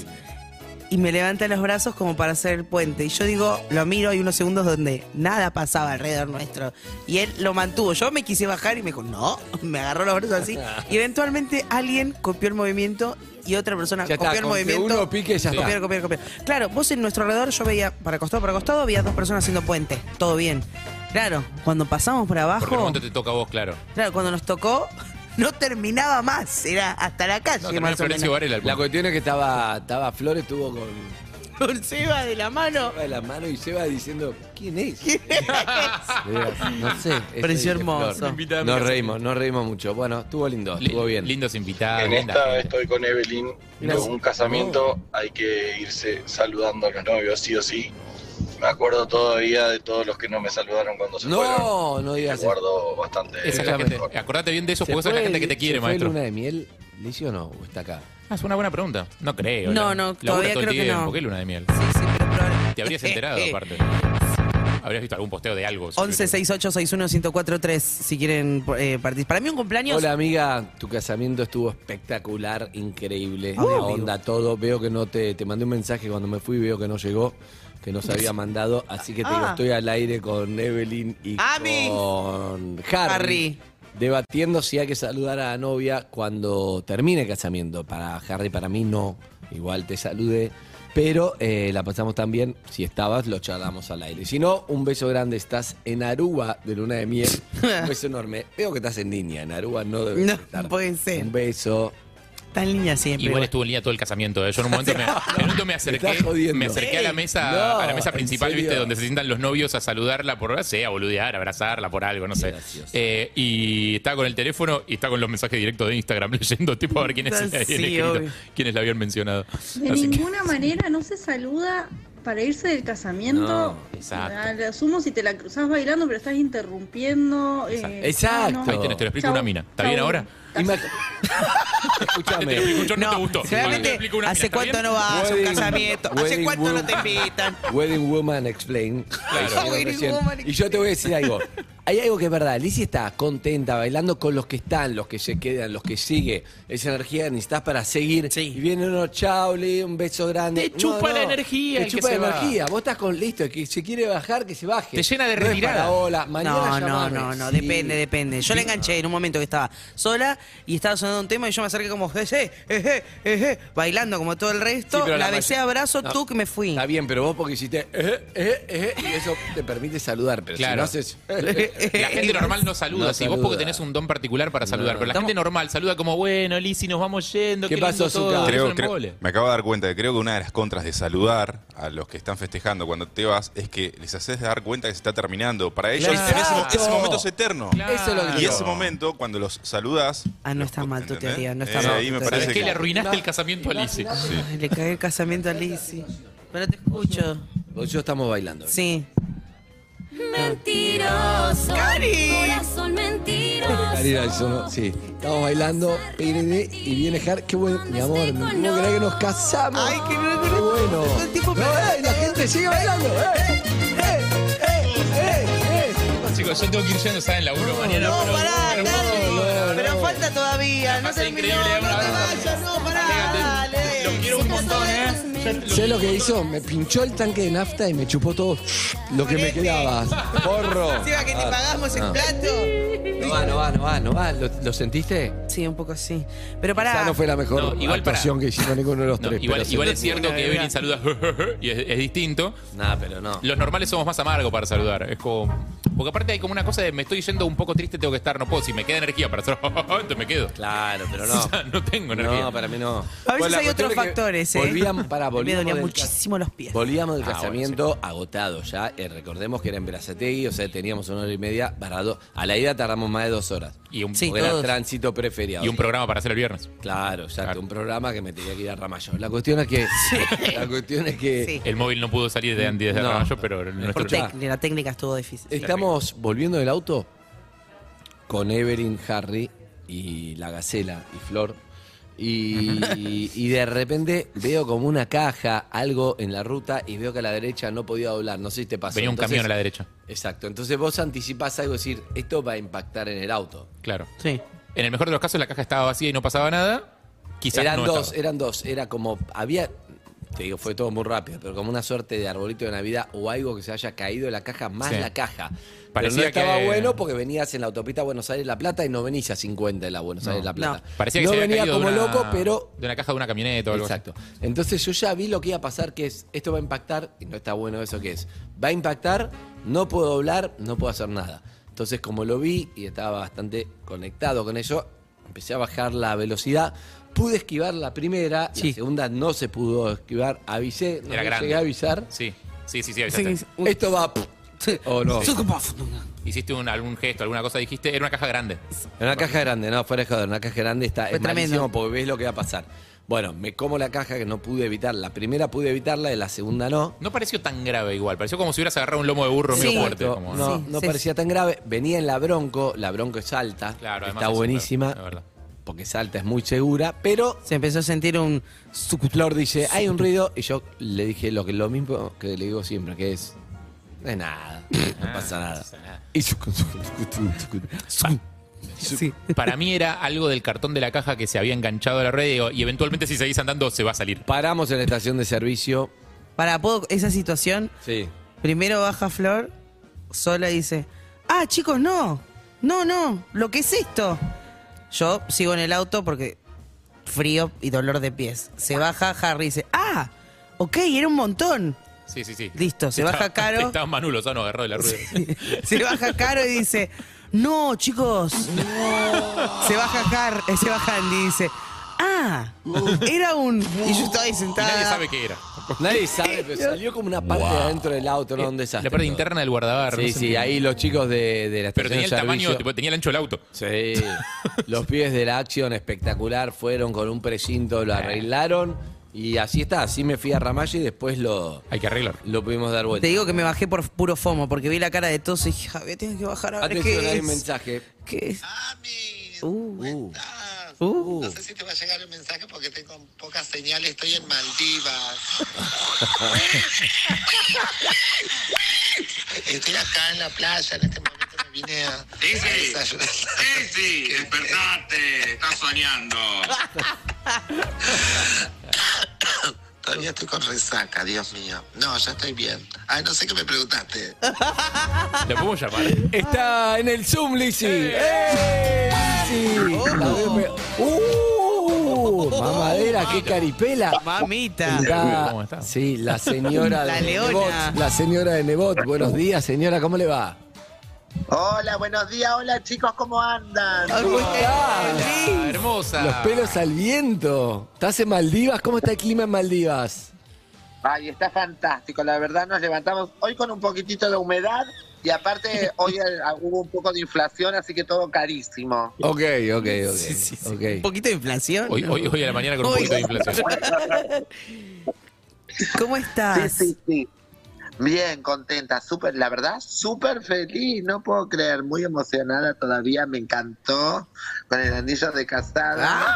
Speaker 11: y me levanta los brazos como para hacer el puente. Y yo digo, lo miro, hay unos segundos donde nada pasaba alrededor nuestro. Y él lo mantuvo. Yo me quise bajar y me dijo, no, me agarró los brazos así. Y eventualmente alguien copió el movimiento y otra persona
Speaker 10: Ya está,
Speaker 11: copió el
Speaker 10: con que
Speaker 11: movimiento.
Speaker 10: uno pique, ya está.
Speaker 11: Copiar, copiar, copiar. Claro, vos en nuestro alrededor yo veía para costado, para costado, había dos personas haciendo puente. Todo bien. Claro, cuando pasamos por abajo.
Speaker 9: Porque en un momento te toca a vos, claro.
Speaker 11: Claro, cuando nos tocó, no terminaba más. Era hasta la calle, más o menos.
Speaker 10: La cuestión es que estaba, estaba Flores, estuvo con
Speaker 11: Con Seba de la mano.
Speaker 10: de la mano y Seba diciendo, ¿quién es?
Speaker 11: no
Speaker 10: No sé. eso dice
Speaker 11: Pareció hermoso.
Speaker 10: Flor. Nos reímos, nos reímos mucho. Bueno, estuvo lindo, estuvo bien.
Speaker 9: Lindos invitados.
Speaker 17: En
Speaker 9: linda
Speaker 17: esta
Speaker 9: gente.
Speaker 17: estoy con Evelyn.
Speaker 10: Gracias.
Speaker 17: Con un casamiento hay que irse saludando a los novios, sí o sí. Me acuerdo todavía de todos los que no me saludaron cuando se fueron.
Speaker 10: No, no digas
Speaker 17: Me guardo bastante.
Speaker 9: Esa es la gente. Acordate bien de eso,
Speaker 10: ¿Se
Speaker 9: porque esa es la
Speaker 10: fue
Speaker 9: gente que
Speaker 10: el-
Speaker 9: te quiere,
Speaker 10: se fue
Speaker 9: maestro.
Speaker 10: el luna de miel, Licio o no? ¿O está acá?
Speaker 9: Ah, es una buena pregunta. No creo.
Speaker 11: No,
Speaker 9: la-
Speaker 11: no,
Speaker 9: labura
Speaker 11: todavía
Speaker 9: todo el
Speaker 11: creo que
Speaker 9: tiempo,
Speaker 11: no.
Speaker 9: ¿Qué luna de miel? Te habrías enterado, aparte. Habrías visto algún posteo de algo.
Speaker 11: 11 68 61 1043 si quieren eh, participar. Para mí un cumpleaños.
Speaker 10: Hola amiga, tu casamiento estuvo espectacular, increíble,
Speaker 11: Uh.
Speaker 10: la onda, todo. Veo que no te, te mandé un mensaje cuando me fui, veo que no llegó, que no se había mandado, así que te digo,
Speaker 11: Ah.
Speaker 10: estoy al aire con Evelyn y
Speaker 11: Amis.
Speaker 10: con Harry,
Speaker 11: Harry.
Speaker 10: debatiendo si hay que saludar a la novia cuando termine el casamiento. Para Harry, para mí no, igual te saludé. Pero eh, la pasamos tan bien, si estabas, lo charlamos al aire. Si no, un beso grande, estás en Aruba de luna de miel. Un beso enorme. Veo que estás en línea, en Aruba no debes
Speaker 11: No,
Speaker 10: estar.
Speaker 11: puede ser.
Speaker 10: Un beso.
Speaker 11: Está en línea siempre.
Speaker 9: Igual estuvo en línea todo el casamiento. ¿eh? Yo en un momento me, en un momento me acerqué,
Speaker 10: estás jodiendo.
Speaker 9: me acerqué a la
Speaker 10: Sí.
Speaker 9: mesa,
Speaker 10: No,
Speaker 9: a la mesa
Speaker 10: ¿en
Speaker 9: principal,
Speaker 10: serio?
Speaker 9: viste, donde se sientan los novios a saludarla por no sé, a boludear, a abrazarla por algo, no sé. Eh, y estaba con el teléfono y estaba con los mensajes directos de Instagram leyendo, tipo a ver quiénes,
Speaker 11: Sí,
Speaker 9: habían escrito,
Speaker 11: obvio.
Speaker 9: quiénes la habían mencionado.
Speaker 18: De
Speaker 9: Así que-
Speaker 18: ninguna manera no se saluda para irse del casamiento.
Speaker 9: No, exacto.
Speaker 18: A la sumo si te la cruzas bailando, pero estás interrumpiendo. eh, no, no.
Speaker 9: Ahí tenés, te lo explico
Speaker 18: Chau.
Speaker 9: una mina. ¿Está bien
Speaker 18: Chau.
Speaker 9: ahora? Escúchame. Te lo explico, yo no, te gustó. Te lo
Speaker 11: Claramente,
Speaker 9: explico una mina,
Speaker 11: ¿hace
Speaker 9: ¿está
Speaker 11: cuánto
Speaker 9: bien?
Speaker 11: no vas a un
Speaker 10: Wedding-
Speaker 11: casamiento? ¿Hace
Speaker 10: wedding
Speaker 11: cuánto no te
Speaker 10: woman.
Speaker 11: invitan?
Speaker 10: Wedding Woman Explain. La hicieron
Speaker 11: Wedding
Speaker 10: recién.
Speaker 11: Woman
Speaker 10: Y yo te voy a decir algo. Hay algo que es verdad. Lizzie está contenta bailando con los que están, los que se quedan, los que sigue. Esa energía que necesitas para seguir. Y viene uno, chao, Lee, un beso grande.
Speaker 9: Te chupa la energía
Speaker 10: Te
Speaker 9: el que
Speaker 10: chupa la
Speaker 9: se va.
Speaker 10: energía. Vos estás con listo. El que se quiere bajar, que se baje.
Speaker 9: Te llena de
Speaker 10: No es
Speaker 9: retirada.
Speaker 10: para, hola, mañana
Speaker 11: no, no,
Speaker 10: llamame".
Speaker 11: no, no,
Speaker 10: Sí.
Speaker 11: depende, depende. Yo la enganché en un momento que estaba sola y estaba sonando un tema y yo me acerqué como, eh, eh, eh, eh, eh", bailando como todo el
Speaker 10: Sí,
Speaker 11: resto,
Speaker 10: pero
Speaker 11: la besé
Speaker 10: may-
Speaker 11: abrazo,
Speaker 10: No,
Speaker 11: tú que me fui.
Speaker 10: Está bien, pero vos porque hiciste eh, eh, eh, y eso te permite saludar, pero si
Speaker 9: Claro.
Speaker 10: no haces.
Speaker 9: La gente normal no saluda,
Speaker 10: No
Speaker 9: si vos porque
Speaker 10: saluda.
Speaker 9: tenés un don particular para saludar,
Speaker 10: No.
Speaker 9: pero la gente normal saluda como, bueno, Lizzy, nos vamos yendo.
Speaker 10: ¿Qué
Speaker 9: qué lindo
Speaker 10: pasó,
Speaker 9: todo,
Speaker 10: Zucca?
Speaker 9: es
Speaker 13: Creo-
Speaker 9: un
Speaker 13: creo-
Speaker 9: embole.
Speaker 13: me acabo de dar cuenta que creo que una de las contras de saludar a los que están festejando cuando te vas es que les haces dar cuenta que se está terminando. Para ellos
Speaker 11: Claro.
Speaker 13: en ese, mo- ese momento es eterno.
Speaker 11: Claro. Eso es lo que
Speaker 13: y
Speaker 11: creo.
Speaker 13: ese momento, cuando los saludás,
Speaker 11: Ah, no está mal tu teoría, no está
Speaker 13: Eh,
Speaker 11: mal.
Speaker 13: ahí
Speaker 11: tu
Speaker 13: me
Speaker 11: teoría.
Speaker 13: parece
Speaker 9: ¿Sabés que le arruinaste el casamiento a Lizzy?
Speaker 11: Ay, Le cagué el casamiento a Lizzy. Pero te escucho.
Speaker 10: Vos y yo estamos bailando.
Speaker 11: Sí.
Speaker 19: Mentiroso.
Speaker 11: ¡Cari!
Speaker 19: Corazón
Speaker 10: Cari,
Speaker 19: mentiroso.
Speaker 10: la sonó- sí. Estamos bailando, PRD, y viene Jar. Qué bueno, mi amor, no puedo creer que nos casamos. Ay, qué, bueno. No, eh, la gente sigue bailando. eh.
Speaker 9: Chicos, yo tengo que ir yendo, ¿saben? Laburo mañana.
Speaker 11: No,
Speaker 9: pero-
Speaker 11: pará,
Speaker 9: pero-
Speaker 11: Cari. Pero falta todavía. No terminó, no te vayas, no, pará. Dale.
Speaker 9: Los quiero un montón, ¿eh?
Speaker 10: Sé lo que hizo? Me pinchó el tanque de nafta y me chupó todo lo que me quedaba. Porro.
Speaker 11: Encima que te pagamos el
Speaker 10: Ah.
Speaker 11: plato.
Speaker 10: No va, no va, no va, no va. ¿Lo, lo sentiste?
Speaker 11: Sí, un poco así. Pero
Speaker 10: Esa
Speaker 11: pará.
Speaker 10: no fue la mejor
Speaker 9: No, igual para-
Speaker 10: actuación que hicimos ninguno de los
Speaker 9: No,
Speaker 10: tres.
Speaker 9: igual
Speaker 10: pero
Speaker 9: igual
Speaker 10: se
Speaker 9: es
Speaker 10: metió
Speaker 9: cierto
Speaker 10: una
Speaker 9: que
Speaker 10: de
Speaker 9: Evelyn
Speaker 10: gas.
Speaker 9: saluda y es, es distinto.
Speaker 10: Nah, pero no.
Speaker 9: Los normales somos más amargos para saludar. Es como. Porque aparte hay como una cosa de me estoy yendo un poco triste, tengo que estar, no puedo. Si me queda energía para hacer, entonces me quedo.
Speaker 10: Claro, pero no.
Speaker 9: no tengo energía.
Speaker 10: No, para mí
Speaker 11: A
Speaker 10: no.
Speaker 11: veces
Speaker 10: Bueno, la
Speaker 11: hay
Speaker 10: cuestión
Speaker 11: otros
Speaker 10: es que
Speaker 11: factores, ¿eh?
Speaker 10: Volvíamos, para,
Speaker 11: Me
Speaker 10: volvíamos
Speaker 11: dolían
Speaker 10: del ca-
Speaker 11: muchísimo los pies.
Speaker 10: Volvíamos del
Speaker 11: Ah, bueno,
Speaker 10: casamiento agotado ya. Eh, recordemos que era en Berazategui, o sea, teníamos una hora y media para dos. A la ida tardamos más de dos horas.
Speaker 9: Y un,
Speaker 10: porque era tránsito preferiado.
Speaker 9: y un programa para hacer el viernes.
Speaker 10: Claro, exacto. Un programa que me tenía que ir a Ramallo. La cuestión es que. La cuestión es que.
Speaker 9: El móvil no pudo salir de Andy desde
Speaker 10: No.
Speaker 9: Ramallo, pero nuestro
Speaker 10: Escuchá,
Speaker 11: La técnica estuvo difícil.
Speaker 10: Eh, Estamos volviendo del auto con Evelyn, Harry y la gacela y Flor. Y, y de repente veo como una caja, algo en la ruta y veo que a la derecha no podía doblar. No sé si te pasó.
Speaker 9: Venía un
Speaker 10: Entonces-
Speaker 9: camión a la derecha.
Speaker 10: Exacto. Entonces vos anticipás algo, decir, esto va a impactar en el auto.
Speaker 9: Claro.
Speaker 11: Sí.
Speaker 9: En el mejor de los casos, la caja estaba vacía y no pasaba nada. Quizás
Speaker 10: eran
Speaker 9: no
Speaker 10: dos,
Speaker 9: estaba.
Speaker 10: eran dos. Era como, había, te digo, fue todo muy rápido, pero como una suerte de arbolito de Navidad o algo que se haya caído de la caja, más
Speaker 9: Sí.
Speaker 10: la caja. Pero no
Speaker 9: Parecía
Speaker 10: estaba
Speaker 9: que-
Speaker 10: bueno porque venías en la autopista Buenos Aires-La Plata y no venís a 50 en la Buenos Aires-La Plata.
Speaker 9: Parecía que
Speaker 10: no
Speaker 9: se había
Speaker 10: venía
Speaker 9: caído de
Speaker 10: como
Speaker 9: una-
Speaker 10: loco, pero...
Speaker 9: De una caja de una camioneta o algo así.
Speaker 10: Exacto. Entonces yo ya vi lo que iba a pasar, que es, esto va a impactar, y no está bueno eso que es, va a impactar, no puedo hablar, no puedo hacer nada. Entonces como lo vi y estaba bastante conectado con eso, empecé a bajar la velocidad, pude esquivar la primera, la segunda no se pudo esquivar, avisé, no
Speaker 9: Era
Speaker 10: me
Speaker 9: grande.
Speaker 10: llegué a avisar.
Speaker 9: Sí, sí, sí, sí, avisaste.
Speaker 10: Esto va... O no.
Speaker 9: Sí. Hiciste un- algún gesto, alguna cosa, dijiste, era una caja grande.
Speaker 10: Era una caja grande, no, fuera de joder, una caja grande está,
Speaker 9: Fue
Speaker 10: es
Speaker 9: tremendo.
Speaker 10: malísimo porque ves lo que va a pasar. Bueno, me como la caja que no pude evitar. La primera pude evitarla, y la segunda no.
Speaker 9: No pareció tan grave igual, pareció como si hubieras agarrado un lomo de burro
Speaker 10: Sí.
Speaker 9: medio fuerte.
Speaker 10: Exacto.
Speaker 9: como,
Speaker 10: no,
Speaker 9: Sí,
Speaker 10: no
Speaker 9: sí,
Speaker 10: parecía tan grave. Venía en la Bronco, la Bronco es alta,
Speaker 9: Claro, además
Speaker 10: está
Speaker 9: es-
Speaker 10: buenísima,
Speaker 9: es verdad.
Speaker 10: porque Salta es muy segura, pero
Speaker 11: se empezó a sentir un
Speaker 10: Flor dice, hay un ruido, y yo le dije lo que lo mismo que le digo siempre, que es no es nada,
Speaker 9: Ah,
Speaker 10: no pasa nada. Y sucu, sucu, sucu, sucu, sucu.
Speaker 9: Para mí era algo del cartón de la caja que se había enganchado a la red y, digo, y eventualmente si seguís andando se va a salir.
Speaker 10: Paramos en la estación de servicio.
Speaker 11: Para ¿puedo- esa situación,
Speaker 10: Sí.
Speaker 11: primero baja Flor sola y dice, ah, chicos, no, no, no, lo que es esto. Yo sigo en el auto porque frío y dolor de pies. Se baja Harry y dice, ah, ok, era un montón.
Speaker 9: Sí, sí, sí.
Speaker 11: Listo, se baja Caro.
Speaker 9: Estaba Manu Lozano agarrado de la rueda.
Speaker 11: Se baja Caro y dice, no, chicos. Se baja Car, eh, se baja Andy y dice, ah, era un... Y yo estaba ahí sentada.
Speaker 9: Nadie sabe qué era.
Speaker 10: Pues Nadie sabe, pero salió como una parte de adentro del auto, no, un desastre.
Speaker 9: Eh, La parte interna del guardabarro.
Speaker 10: Sí,
Speaker 9: no se
Speaker 10: sí,
Speaker 9: entiende.
Speaker 10: ahí los chicos de, de la estación
Speaker 9: Pero tenía
Speaker 10: de
Speaker 9: el tamaño,
Speaker 10: servicio-
Speaker 9: tipo, tenía el ancho del auto.
Speaker 10: Sí. Los pibes de la acción espectacular fueron con un precinto,
Speaker 11: Eh.
Speaker 10: lo arreglaron y así está, así me fui a Ramallo y después lo
Speaker 9: hay que arreglar.
Speaker 10: Lo pudimos dar vuelta.
Speaker 11: Te digo que me bajé por puro fomo porque vi la cara de todos y dije, Javier, tienes que bajar ahora.
Speaker 10: Atención,
Speaker 11: ¿qué
Speaker 10: hay
Speaker 11: es?
Speaker 10: un mensaje.
Speaker 11: ¿Qué es?
Speaker 10: Uh.
Speaker 11: Uh.
Speaker 6: No sé si te va a llegar el mensaje porque tengo pocas señales, estoy en Maldivas. Estoy acá en la playa, en este momento me vine a, a desayunar.
Speaker 3: Esi, despertate, estás soñando.
Speaker 6: Todavía estoy con resaca, Ah, Dios mío. No, ya estoy bien. Ay, no sé qué me preguntaste.
Speaker 9: ¿La podemos llamar?
Speaker 10: Está en el Zoom, Lizzy. ¡Eh! Lizzy. La veo me- ¡Uh! Mamadera, qué caripela.
Speaker 11: Mamita.
Speaker 10: La-
Speaker 11: ¿Cómo está?
Speaker 10: Sí, la señora
Speaker 11: La
Speaker 10: de
Speaker 11: leona.
Speaker 10: Nebot. La señora de Nebot. Buenos días, señora, ¿cómo le va?
Speaker 6: Hola, buenos días, hola chicos, ¿cómo andan?
Speaker 11: Ah, pues,
Speaker 9: Ah. hermosa.
Speaker 10: Los pelos al viento. ¿Estás en Maldivas? ¿Cómo está el clima en Maldivas?
Speaker 6: Ay, está fantástico, la verdad nos levantamos hoy con un poquitito de humedad y aparte hoy eh, hubo un poco de inflación, así que todo carísimo.
Speaker 10: Ok, ok, ok. ok.
Speaker 11: Un poquito de inflación.
Speaker 9: Hoy, hoy, hoy a la mañana con un
Speaker 11: Hoy.
Speaker 9: poquito de inflación.
Speaker 11: ¿Cómo estás?
Speaker 6: Sí, sí, sí. Bien, contenta, súper, la verdad, súper feliz, no puedo creer, muy emocionada todavía, me encantó con el anillo de casada.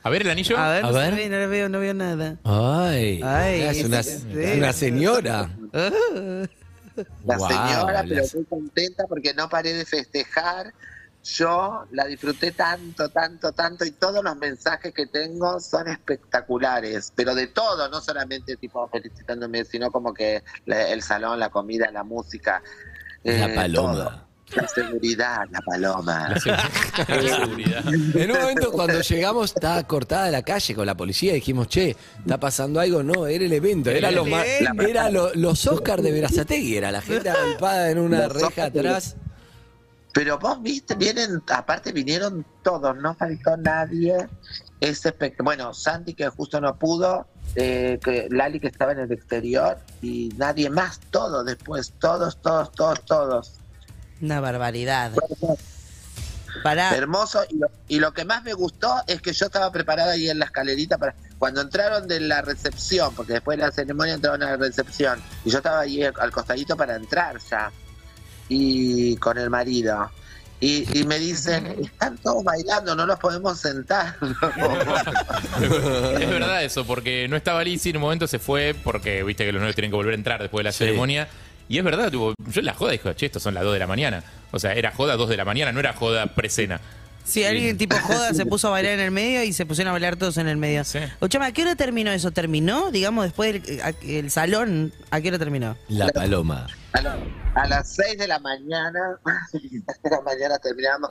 Speaker 9: A ver el anillo.
Speaker 11: Ah, A ver, no,
Speaker 9: A
Speaker 11: se
Speaker 9: ver.
Speaker 11: ve, no le veo, no veo nada.
Speaker 10: Ay,
Speaker 11: Ay,
Speaker 10: es una,
Speaker 11: sí, sí.
Speaker 10: es una señora.
Speaker 6: La
Speaker 10: Guau,
Speaker 6: señora, pero
Speaker 10: las-
Speaker 6: muy contenta porque no paré de festejar.
Speaker 3: Yo la disfruté tanto, tanto, tanto y todos los mensajes que tengo son espectaculares, pero de todo, no solamente tipo felicitándome, sino como que la- el salón, la comida, la música.
Speaker 10: La
Speaker 3: eh,
Speaker 10: paloma.
Speaker 3: todo. La seguridad, la paloma.
Speaker 10: En un momento cuando llegamos estaba cortada la calle con la policía y dijimos, che, está pasando algo, no, era el evento, era, los, ma-
Speaker 3: La-
Speaker 10: era lo- los Oscars de Verazategui, era la gente agolpada en una
Speaker 3: Los
Speaker 10: reja
Speaker 3: Oscar de-
Speaker 10: atrás.
Speaker 3: Pero vos viste, vienen, aparte vinieron todos, no faltó nadie. Es espect- bueno, Sandy que justo no pudo, eh, que Lali que estaba en el exterior y nadie más, todos después, todos, todos, todos, todos.
Speaker 11: Una barbaridad. Pará.
Speaker 3: Hermoso. Y lo, y lo que más me gustó es que yo estaba preparada ahí en la escalerita para. Cuando entraron de la recepción, porque después de la ceremonia entraron a la recepción, y yo estaba ahí al costadito para entrar ya, y con el marido. Y, y me dicen, están todos bailando, no los podemos sentar.
Speaker 9: Es verdad eso, porque no estaba Lizzy en un momento se fue porque viste que los nueve tienen que volver a entrar después de la ceremonia. Y es verdad, tipo, yo en la joda dije, che, estos son las 2 de la mañana. O sea, era joda 2 de la mañana, no era joda precena.
Speaker 11: Si alguien tipo joda se puso a bailar en el medio y se pusieron a bailar todos en el medio. Ochama, ¿a qué hora terminó eso? ¿Terminó? Digamos, después del a- el salón, ¿a qué hora terminó?
Speaker 10: La paloma.
Speaker 3: A, la- a las 6 de la mañana, de la mañana terminamos.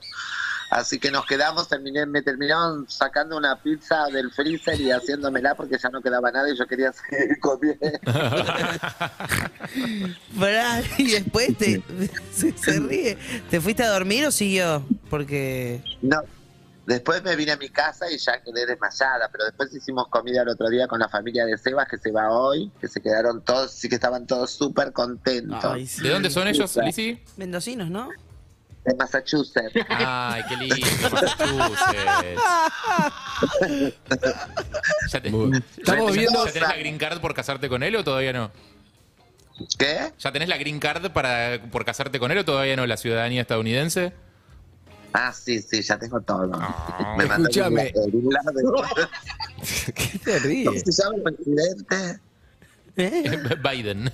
Speaker 3: Así que nos quedamos, terminé, me terminaron sacando una pizza del freezer y haciéndomela porque ya no quedaba nada y yo quería seguir comiendo.
Speaker 11: Pará, y después te, se, se ríe. ¿Te fuiste a dormir o siguió? Porque.
Speaker 3: No. Después me vine a mi casa y ya quedé desmayada, pero después hicimos comida el otro día con la familia de Sebas que se va hoy, que se quedaron todos, sí que estaban todos súper contentos.
Speaker 9: ¿De dónde son ellos, Lizzy?
Speaker 11: Mendocinos, ¿no?
Speaker 3: De Massachusetts.
Speaker 9: Ay, qué lindo, Massachusetts. Ya te- ya-
Speaker 10: Estamos
Speaker 9: ya-
Speaker 10: viendo-
Speaker 9: ¿Ya tenés la green card por casarte con él o todavía no?
Speaker 3: ¿Qué?
Speaker 9: ¿Ya tenés la green card para, por casarte con él o todavía no? ¿La ciudadanía estadounidense?
Speaker 3: Ah, sí, sí, ya tengo todo.
Speaker 9: Me mandó
Speaker 10: Escúchame.
Speaker 3: un lado de un lado de-
Speaker 10: ¿Qué te ríes?
Speaker 3: ¿Cómo se llama el presidente?
Speaker 9: Biden.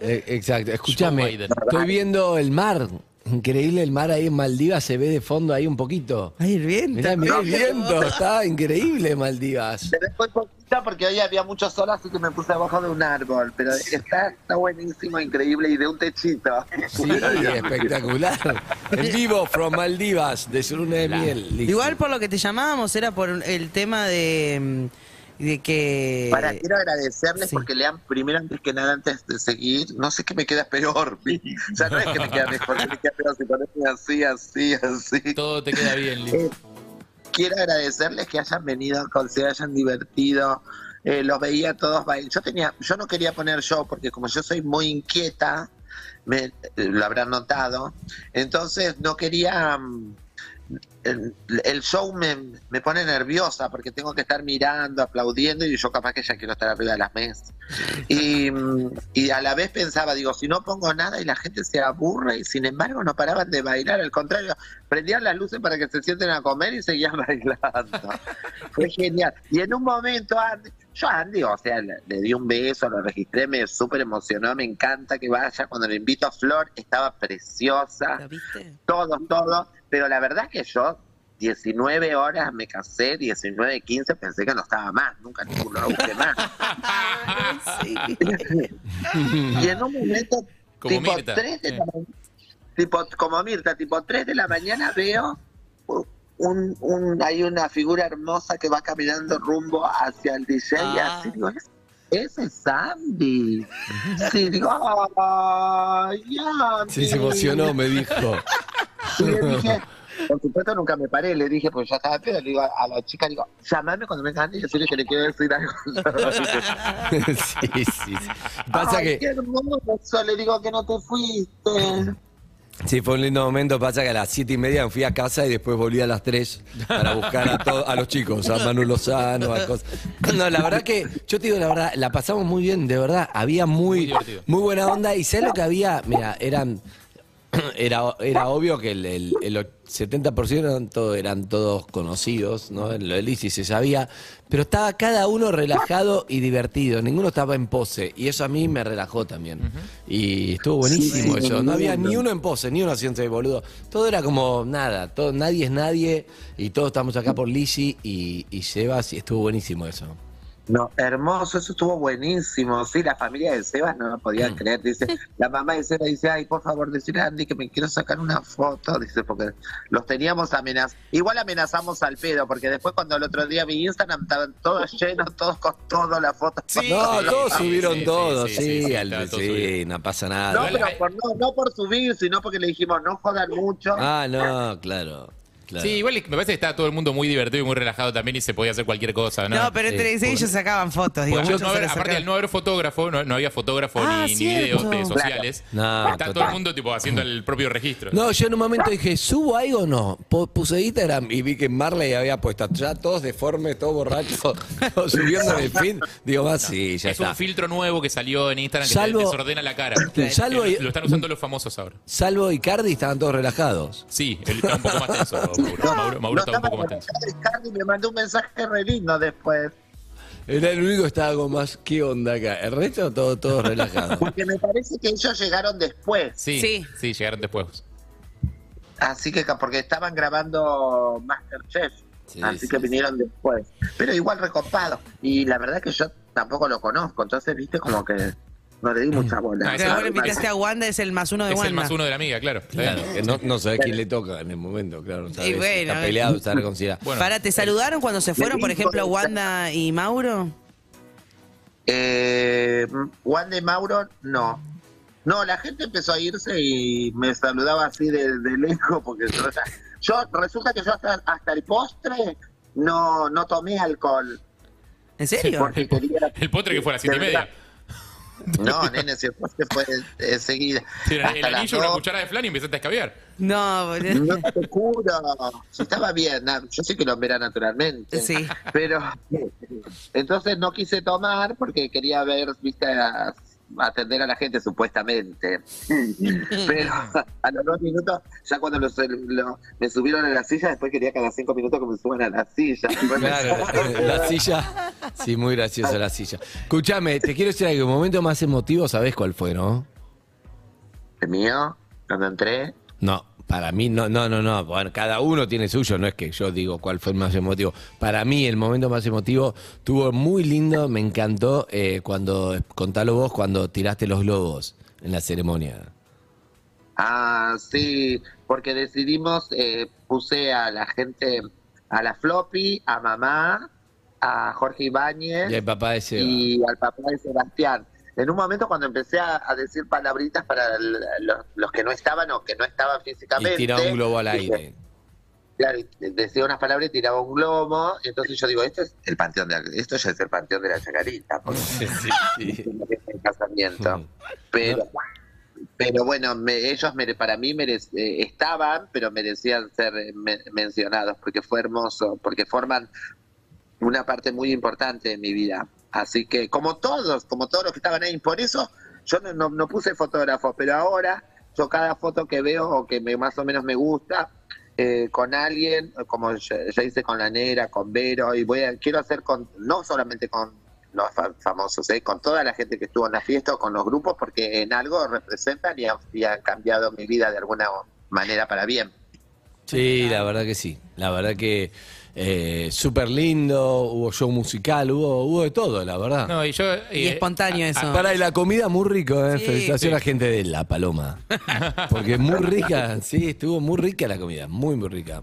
Speaker 10: Eh, Exacto, escúchame.
Speaker 9: Biden.
Speaker 10: Estoy viendo el mar. Increíble el mar ahí en Maldivas, se ve de fondo ahí un poquito.
Speaker 11: Ay, el viento.
Speaker 10: Mirá, mirá el
Speaker 3: No,
Speaker 10: viento,
Speaker 3: pero-
Speaker 10: está increíble Maldivas.
Speaker 3: Me dejó un poquito porque hoy había mucho sol, así que me puse abajo de un árbol, pero está, está buenísimo, increíble y de un techito.
Speaker 10: Sí, espectacular. En vivo, from Maldivas, de su luna de miel. Listo.
Speaker 11: Igual por lo que te llamábamos era por un- el tema de, mm, de que.
Speaker 3: Para, quiero agradecerles porque le han, primero antes que nada, antes de seguir, no sé qué me queda peor. vi. Ya no es que me queda mejor, que me queda peor si ponerme así, así, así.
Speaker 9: Todo te queda bien, Liz.
Speaker 3: Eh, quiero agradecerles que hayan venido, que se hayan divertido. Eh, los veía todos bailar. Yo tenía, yo no quería poner show porque como yo soy muy inquieta, me, eh, lo habrán notado. Entonces no quería. mm, El, el show me, me pone nerviosa porque tengo que estar mirando, aplaudiendo y yo capaz que ya quiero estar arriba de las mesas. Y, mm, y a la vez pensaba, digo, si no pongo nada y la gente se aburre y sin embargo no paraban de bailar, al contrario, prendían las luces para que se sienten a comer y seguían bailando. Fue genial. Y en un momento, Andy, yo a Andy, o sea, le, le di un beso, lo registré, me súper emocionó, me encanta que vaya. Cuando le invito a Flor, estaba preciosa. Todo, todo. Pero la verdad que yo, 19 horas me casé, 19, 15, pensé que no estaba más, nunca nunca lo busqué más. y en un momento,
Speaker 9: Como
Speaker 3: tipo
Speaker 9: Mirta.
Speaker 3: 3 de la ma- tipo, como Mirta, tipo 3 de la mañana veo un, un- hay una figura hermosa que va caminando rumbo hacia el DJ y
Speaker 11: Ah.
Speaker 3: así digo,
Speaker 10: Ah.
Speaker 3: "Es- ese es Sandy. Sí, digo, "Ay, Andy".
Speaker 10: Sí, se emocionó, me dijo.
Speaker 3: Y le dije, por supuesto nunca me paré, le dije, pues ya estaba pedo, le digo a, a la chica, digo, llamame cuando venga Andy y decirle que le quiero decir algo.
Speaker 10: sí, sí, sí. Pasa
Speaker 3: Ay,
Speaker 10: que
Speaker 3: qué hermoso, le digo que no te fuiste.
Speaker 10: Sí, fue un lindo momento. Pasa que a las siete y media fui a casa y después volví a las 3 para buscar a, to- a los chicos, a Manu Lozano, a cosas. No, la verdad que, yo te digo la verdad, la pasamos muy bien, de verdad. Había muy, muy, buena onda. Y sé lo que había, mira, eran era, era obvio que el, el- el och- 70% eran, todo- eran todos conocidos, ¿no? En lo del ISIS se sabía, pero estaba cada uno relajado y divertido, ninguno estaba en pose, y eso a mí me relajó también. Y estuvo buenísimo
Speaker 19: Sí, sí,
Speaker 10: eso, no había ni
Speaker 19: tremendo.
Speaker 10: uno en pose, ni uno haciéndose de boludo, todo era como nada, todo, nadie es nadie, y todos estamos acá por Lisi y, y Sebas, y estuvo buenísimo eso.
Speaker 20: No, hermoso, eso estuvo buenísimo. Sí, la familia de Sebas no lo podía creer. Dice, la mamá de Sebas dice, ay, por favor, decirle a Andy que me quiero sacar una foto. Dice, porque los teníamos amenazados. Igual amenazamos al pedo, porque después cuando el otro día vi Instagram, estaban todos llenos, todos con todas las fotos.
Speaker 10: no, todos subieron
Speaker 19: sí,
Speaker 10: todo, sí,
Speaker 19: sí, sí, sí,
Speaker 10: al-
Speaker 19: está, todos
Speaker 10: sí,
Speaker 19: subieron.
Speaker 10: no pasa nada.
Speaker 20: No, pero por, no, no por subir, sino porque le dijimos, no jodan mucho.
Speaker 10: Ah, no, claro. claro.
Speaker 9: Sí, igual me parece que estaba todo el mundo muy divertido y muy relajado también y se podía hacer cualquier cosa, ¿no?
Speaker 11: No, pero entre
Speaker 9: Sí.
Speaker 11: ellos sacaban fotos, digo,
Speaker 10: Pues
Speaker 9: Porque
Speaker 11: muchos
Speaker 9: no
Speaker 11: se
Speaker 9: haber-
Speaker 11: les
Speaker 9: aparte
Speaker 11: sacaban.
Speaker 9: al no haber fotógrafo, no, no había fotógrafo
Speaker 11: Ah,
Speaker 9: ni, ni
Speaker 11: cierto.
Speaker 9: videos de
Speaker 11: Claro.
Speaker 9: sociales.
Speaker 10: No,
Speaker 9: Está todo
Speaker 10: total.
Speaker 9: el mundo tipo haciendo el propio registro.
Speaker 10: No, yo en un momento dije, ¿subo algo o no? Po- Puse Instagram y vi que Marley había puesto ya todos deformes, todos borrachos, todos subiendo en el feed. Digo, más, sí, ya
Speaker 9: es
Speaker 10: está.
Speaker 9: un filtro nuevo que salió en Instagram que
Speaker 10: Salvo-
Speaker 9: te desordena la cara.
Speaker 10: Salvo-
Speaker 9: Eh, lo están usando los famosos ahora.
Speaker 10: Salvo Icardi, estaban todos relajados.
Speaker 9: Sí, él está un poco más tenso, Mauro. Mauro, Mauro está un poco más tenso.
Speaker 20: Cardi me mandó un mensaje re lindo después.
Speaker 10: Era el único que estaba con más, ¿qué onda acá? El resto, todo- todos relajados.
Speaker 20: Porque me parece que ellos llegaron después.
Speaker 9: Sí, sí, llegaron después.
Speaker 20: Así que ca- porque estaban grabando Masterchef. así que vinieron después. Pero igual recopado. Y la verdad que yo tampoco lo conozco. Entonces, viste, como que no le di mucha
Speaker 10: Mm.
Speaker 20: bola.
Speaker 9: Ah,
Speaker 11: Pero ahora invitaste a Wanda, es el más uno de
Speaker 10: Es el
Speaker 11: Wanda.
Speaker 10: más uno
Speaker 9: Uno de la amiga, claro.
Speaker 10: Claro, que no, no sabés quién le toca en el momento, claro. no sabés,
Speaker 11: Y bueno,
Speaker 10: está
Speaker 11: eh.
Speaker 10: peleado, está reconciliado.
Speaker 11: Para, ¿te saludaron cuando se fueron, por ejemplo, Wanda y Mauro?
Speaker 20: Eh, Juan de Mauro, no. No, la gente empezó a irse y me saludaba así de, de lejos porque yo, ya- yo- resulta que yo hasta, hasta el postre no, no tomé alcohol.
Speaker 11: ¿En
Speaker 9: serio?
Speaker 20: Porque quería-
Speaker 9: El potre que fue a las siete y
Speaker 20: De
Speaker 9: media.
Speaker 20: No, nene, si el postre fue enseguida.
Speaker 9: Tiene
Speaker 20: Hasta
Speaker 9: El
Speaker 20: las
Speaker 9: anillo, una
Speaker 20: dos.
Speaker 9: cuchara de flan y empezaste a escabear.
Speaker 11: No,
Speaker 20: No te juro. Si estaba bien, na- yo sí que lo verá naturalmente.
Speaker 11: Sí.
Speaker 20: Pero entonces no quise tomar porque quería ver, viste, a- atender a la gente supuestamente. Pero a los dos minutos, ya cuando los- lo- me subieron a la silla, después quería cada cinco minutos que me suban a la silla.
Speaker 10: Claro, la silla. Sí, muy graciosa la silla. Escuchame, te quiero decir algo. El momento más emotivo, ¿sabés cuál fue, no?
Speaker 20: ¿El mío? ¿Cuando entré?
Speaker 10: No, para mí, no, no, no, no. Bueno, cada uno tiene suyo, no es que yo digo cuál fue el más emotivo. Para mí, el momento más emotivo estuvo muy lindo, me encantó eh, cuando, contalo vos, cuando tiraste los globos en la ceremonia.
Speaker 20: Ah, sí, porque decidimos, eh, puse a la gente, a la floppy, a mamá, a Jorge Ibáñez.
Speaker 10: Y el papá ese.
Speaker 20: y al papá de Sebastián. En un momento cuando empecé a, a decir palabritas para el- los, los que no estaban o que no estaban físicamente.
Speaker 10: Y tiró un globo al aire.
Speaker 20: Claro, y decía unas palabras y tiraba un globo. Entonces yo digo, esto es el panteón de, esto ya es el panteón de la chacarita, porque el este
Speaker 10: Mm.
Speaker 20: casamiento. Pero, pero bueno, me- ellos mere- para mí merec- eh, estaban, pero merecían ser eh, men- mencionados, porque fue hermoso, porque forman una parte muy importante de mi vida. Así que, como todos, como todos los que estaban ahí, por eso yo no, no- no puse fotógrafo, pero ahora yo cada foto que veo o que me, más o menos me gusta eh, con alguien, como ya, ya hice con la negra, con Vero, y voy a, quiero hacer con, no solamente con los fa- famosos, eh, con toda la gente que estuvo en la fiesta o con los grupos, porque en algo representan y han, y han cambiado mi vida de alguna manera para bien.
Speaker 10: Sí, la verdad que sí. La verdad que eh, súper lindo, hubo show musical, hubo, hubo de todo, la verdad.
Speaker 9: No, y yo. eh, a- a-
Speaker 10: Para, Ah, y la comida muy rico, ¿eh?
Speaker 9: Sí,
Speaker 10: Felicitaciones
Speaker 9: sí.
Speaker 10: a la gente de La Paloma. Porque es muy rica, sí, estuvo muy rica la comida, muy, muy rica.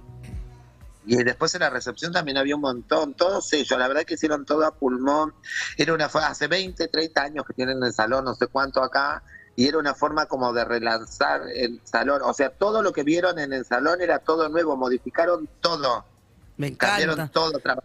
Speaker 20: Y después en la recepción también había un montón, todos ellos, la verdad que hicieron todo a pulmón. Era una fue hace 20, 30 años que tienen el salón, no sé cuánto acá, y era una forma como de relanzar el salón. O sea, todo lo que vieron en el salón era todo nuevo, modificaron todo.
Speaker 11: Me
Speaker 20: Cambiaron todo, traba-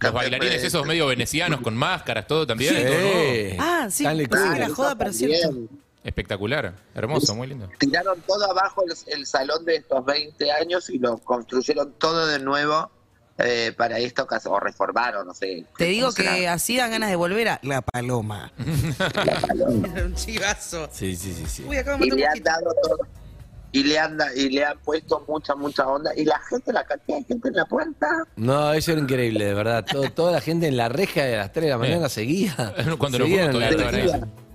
Speaker 9: Los bailarines esos medio venecianos con máscaras, todo también.
Speaker 20: Sí.
Speaker 9: todo, ¿no?
Speaker 11: Ah, sí,
Speaker 9: Dale,
Speaker 11: pensé que
Speaker 9: claro.
Speaker 11: era joda, pero es cierto.
Speaker 9: Espectacular, hermoso, muy lindo.
Speaker 20: tiraron todo abajo el, el salón de estos 20 años y lo construyeron todo de nuevo eh, para esta ocasión, o reformaron, no sé.
Speaker 11: Te digo
Speaker 20: ¿cómo será?
Speaker 11: que así dan ganas de volver a La Paloma.
Speaker 20: La paloma.
Speaker 11: Era un chivazo.
Speaker 10: Sí, sí, sí, sí.
Speaker 11: Uy, acá me
Speaker 20: Y
Speaker 11: mató un
Speaker 20: le han
Speaker 11: mosquito.
Speaker 20: dado todo.
Speaker 5: y le anda y le han puesto mucha mucha onda y la gente la cantidad de gente en la puerta
Speaker 10: No, eso era increíble, de verdad. Todo- toda la gente en la reja de las 3 de la mañana seguía.
Speaker 9: Cuando nos
Speaker 10: Seguían
Speaker 9: fuimos
Speaker 10: en la
Speaker 9: todavía estaba
Speaker 10: reja.
Speaker 9: en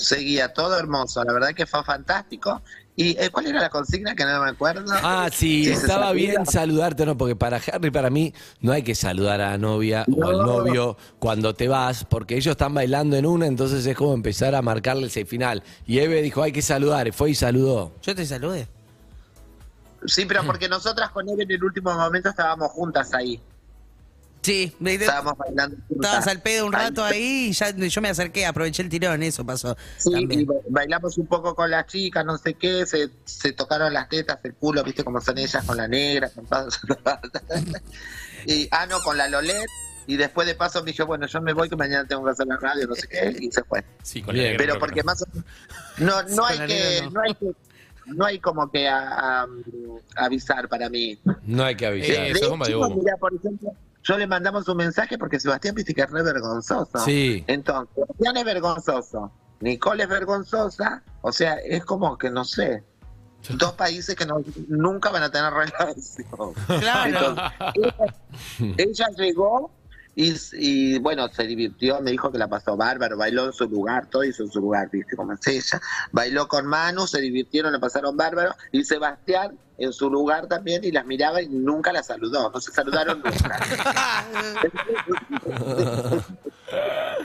Speaker 5: seguía todo hermoso la verdad que fue fantástico y eh, cuál era la consigna que no me acuerdo
Speaker 10: Ah, sí,
Speaker 5: Si se
Speaker 10: estaba
Speaker 5: sabía.
Speaker 10: bien saludarte, ¿no? Porque para Harry, para mí, no hay que saludar a la novia o al
Speaker 5: No.
Speaker 10: novio cuando te vas, porque ellos están bailando en una, entonces es como empezar a marcarles el final. Y Eve dijo, hay que saludar, y fue y saludó.
Speaker 11: Yo te salude.
Speaker 5: sí pero porque nosotras con él en el último momento estábamos juntas ahí
Speaker 11: Sí, me-
Speaker 5: estábamos bailando juntas.
Speaker 11: Estabas al pedo un rato ahí y ya yo me acerqué, aproveché el tirón, eso pasó.
Speaker 5: Sí,
Speaker 11: también.
Speaker 5: y ba- bailamos un poco con las chicas, no sé qué, se, se tocaron las tetas, el culo, viste como son ellas, con la negra, con todas. y, ah, no, con la Lolet, y después de paso me dijo, bueno, yo me voy que mañana tengo que hacer la radio, no sé qué, y se fue.
Speaker 9: Sí,
Speaker 10: con la negra
Speaker 5: Pero
Speaker 10: creo
Speaker 5: porque
Speaker 10: que
Speaker 5: más o no, no
Speaker 10: Con
Speaker 5: hay
Speaker 10: la
Speaker 5: que,
Speaker 10: negra no.
Speaker 5: no. hay que, no hay como que a- a- avisar para mí.
Speaker 10: No hay que avisar.
Speaker 9: Eh,
Speaker 5: De hecho, mira, por ejemplo, yo le mandamos un mensaje porque Sebastián viste que es re vergonzoso.
Speaker 10: Sí.
Speaker 5: Entonces, Sebastián es vergonzoso, Nicole es vergonzosa, o sea, es como que no sé. Dos países que no- nunca van a tener relación. Entonces, ella, ella llegó y, y, bueno, se divirtió, me dijo que la pasó bárbaro, bailó en su lugar, todo hizo en su lugar, viste cómo es ella. Bailó con Manu, se divirtieron, la pasaron bárbaro, y Sebastián en su lugar también, y las miraba y nunca la saludó, no se saludaron nunca.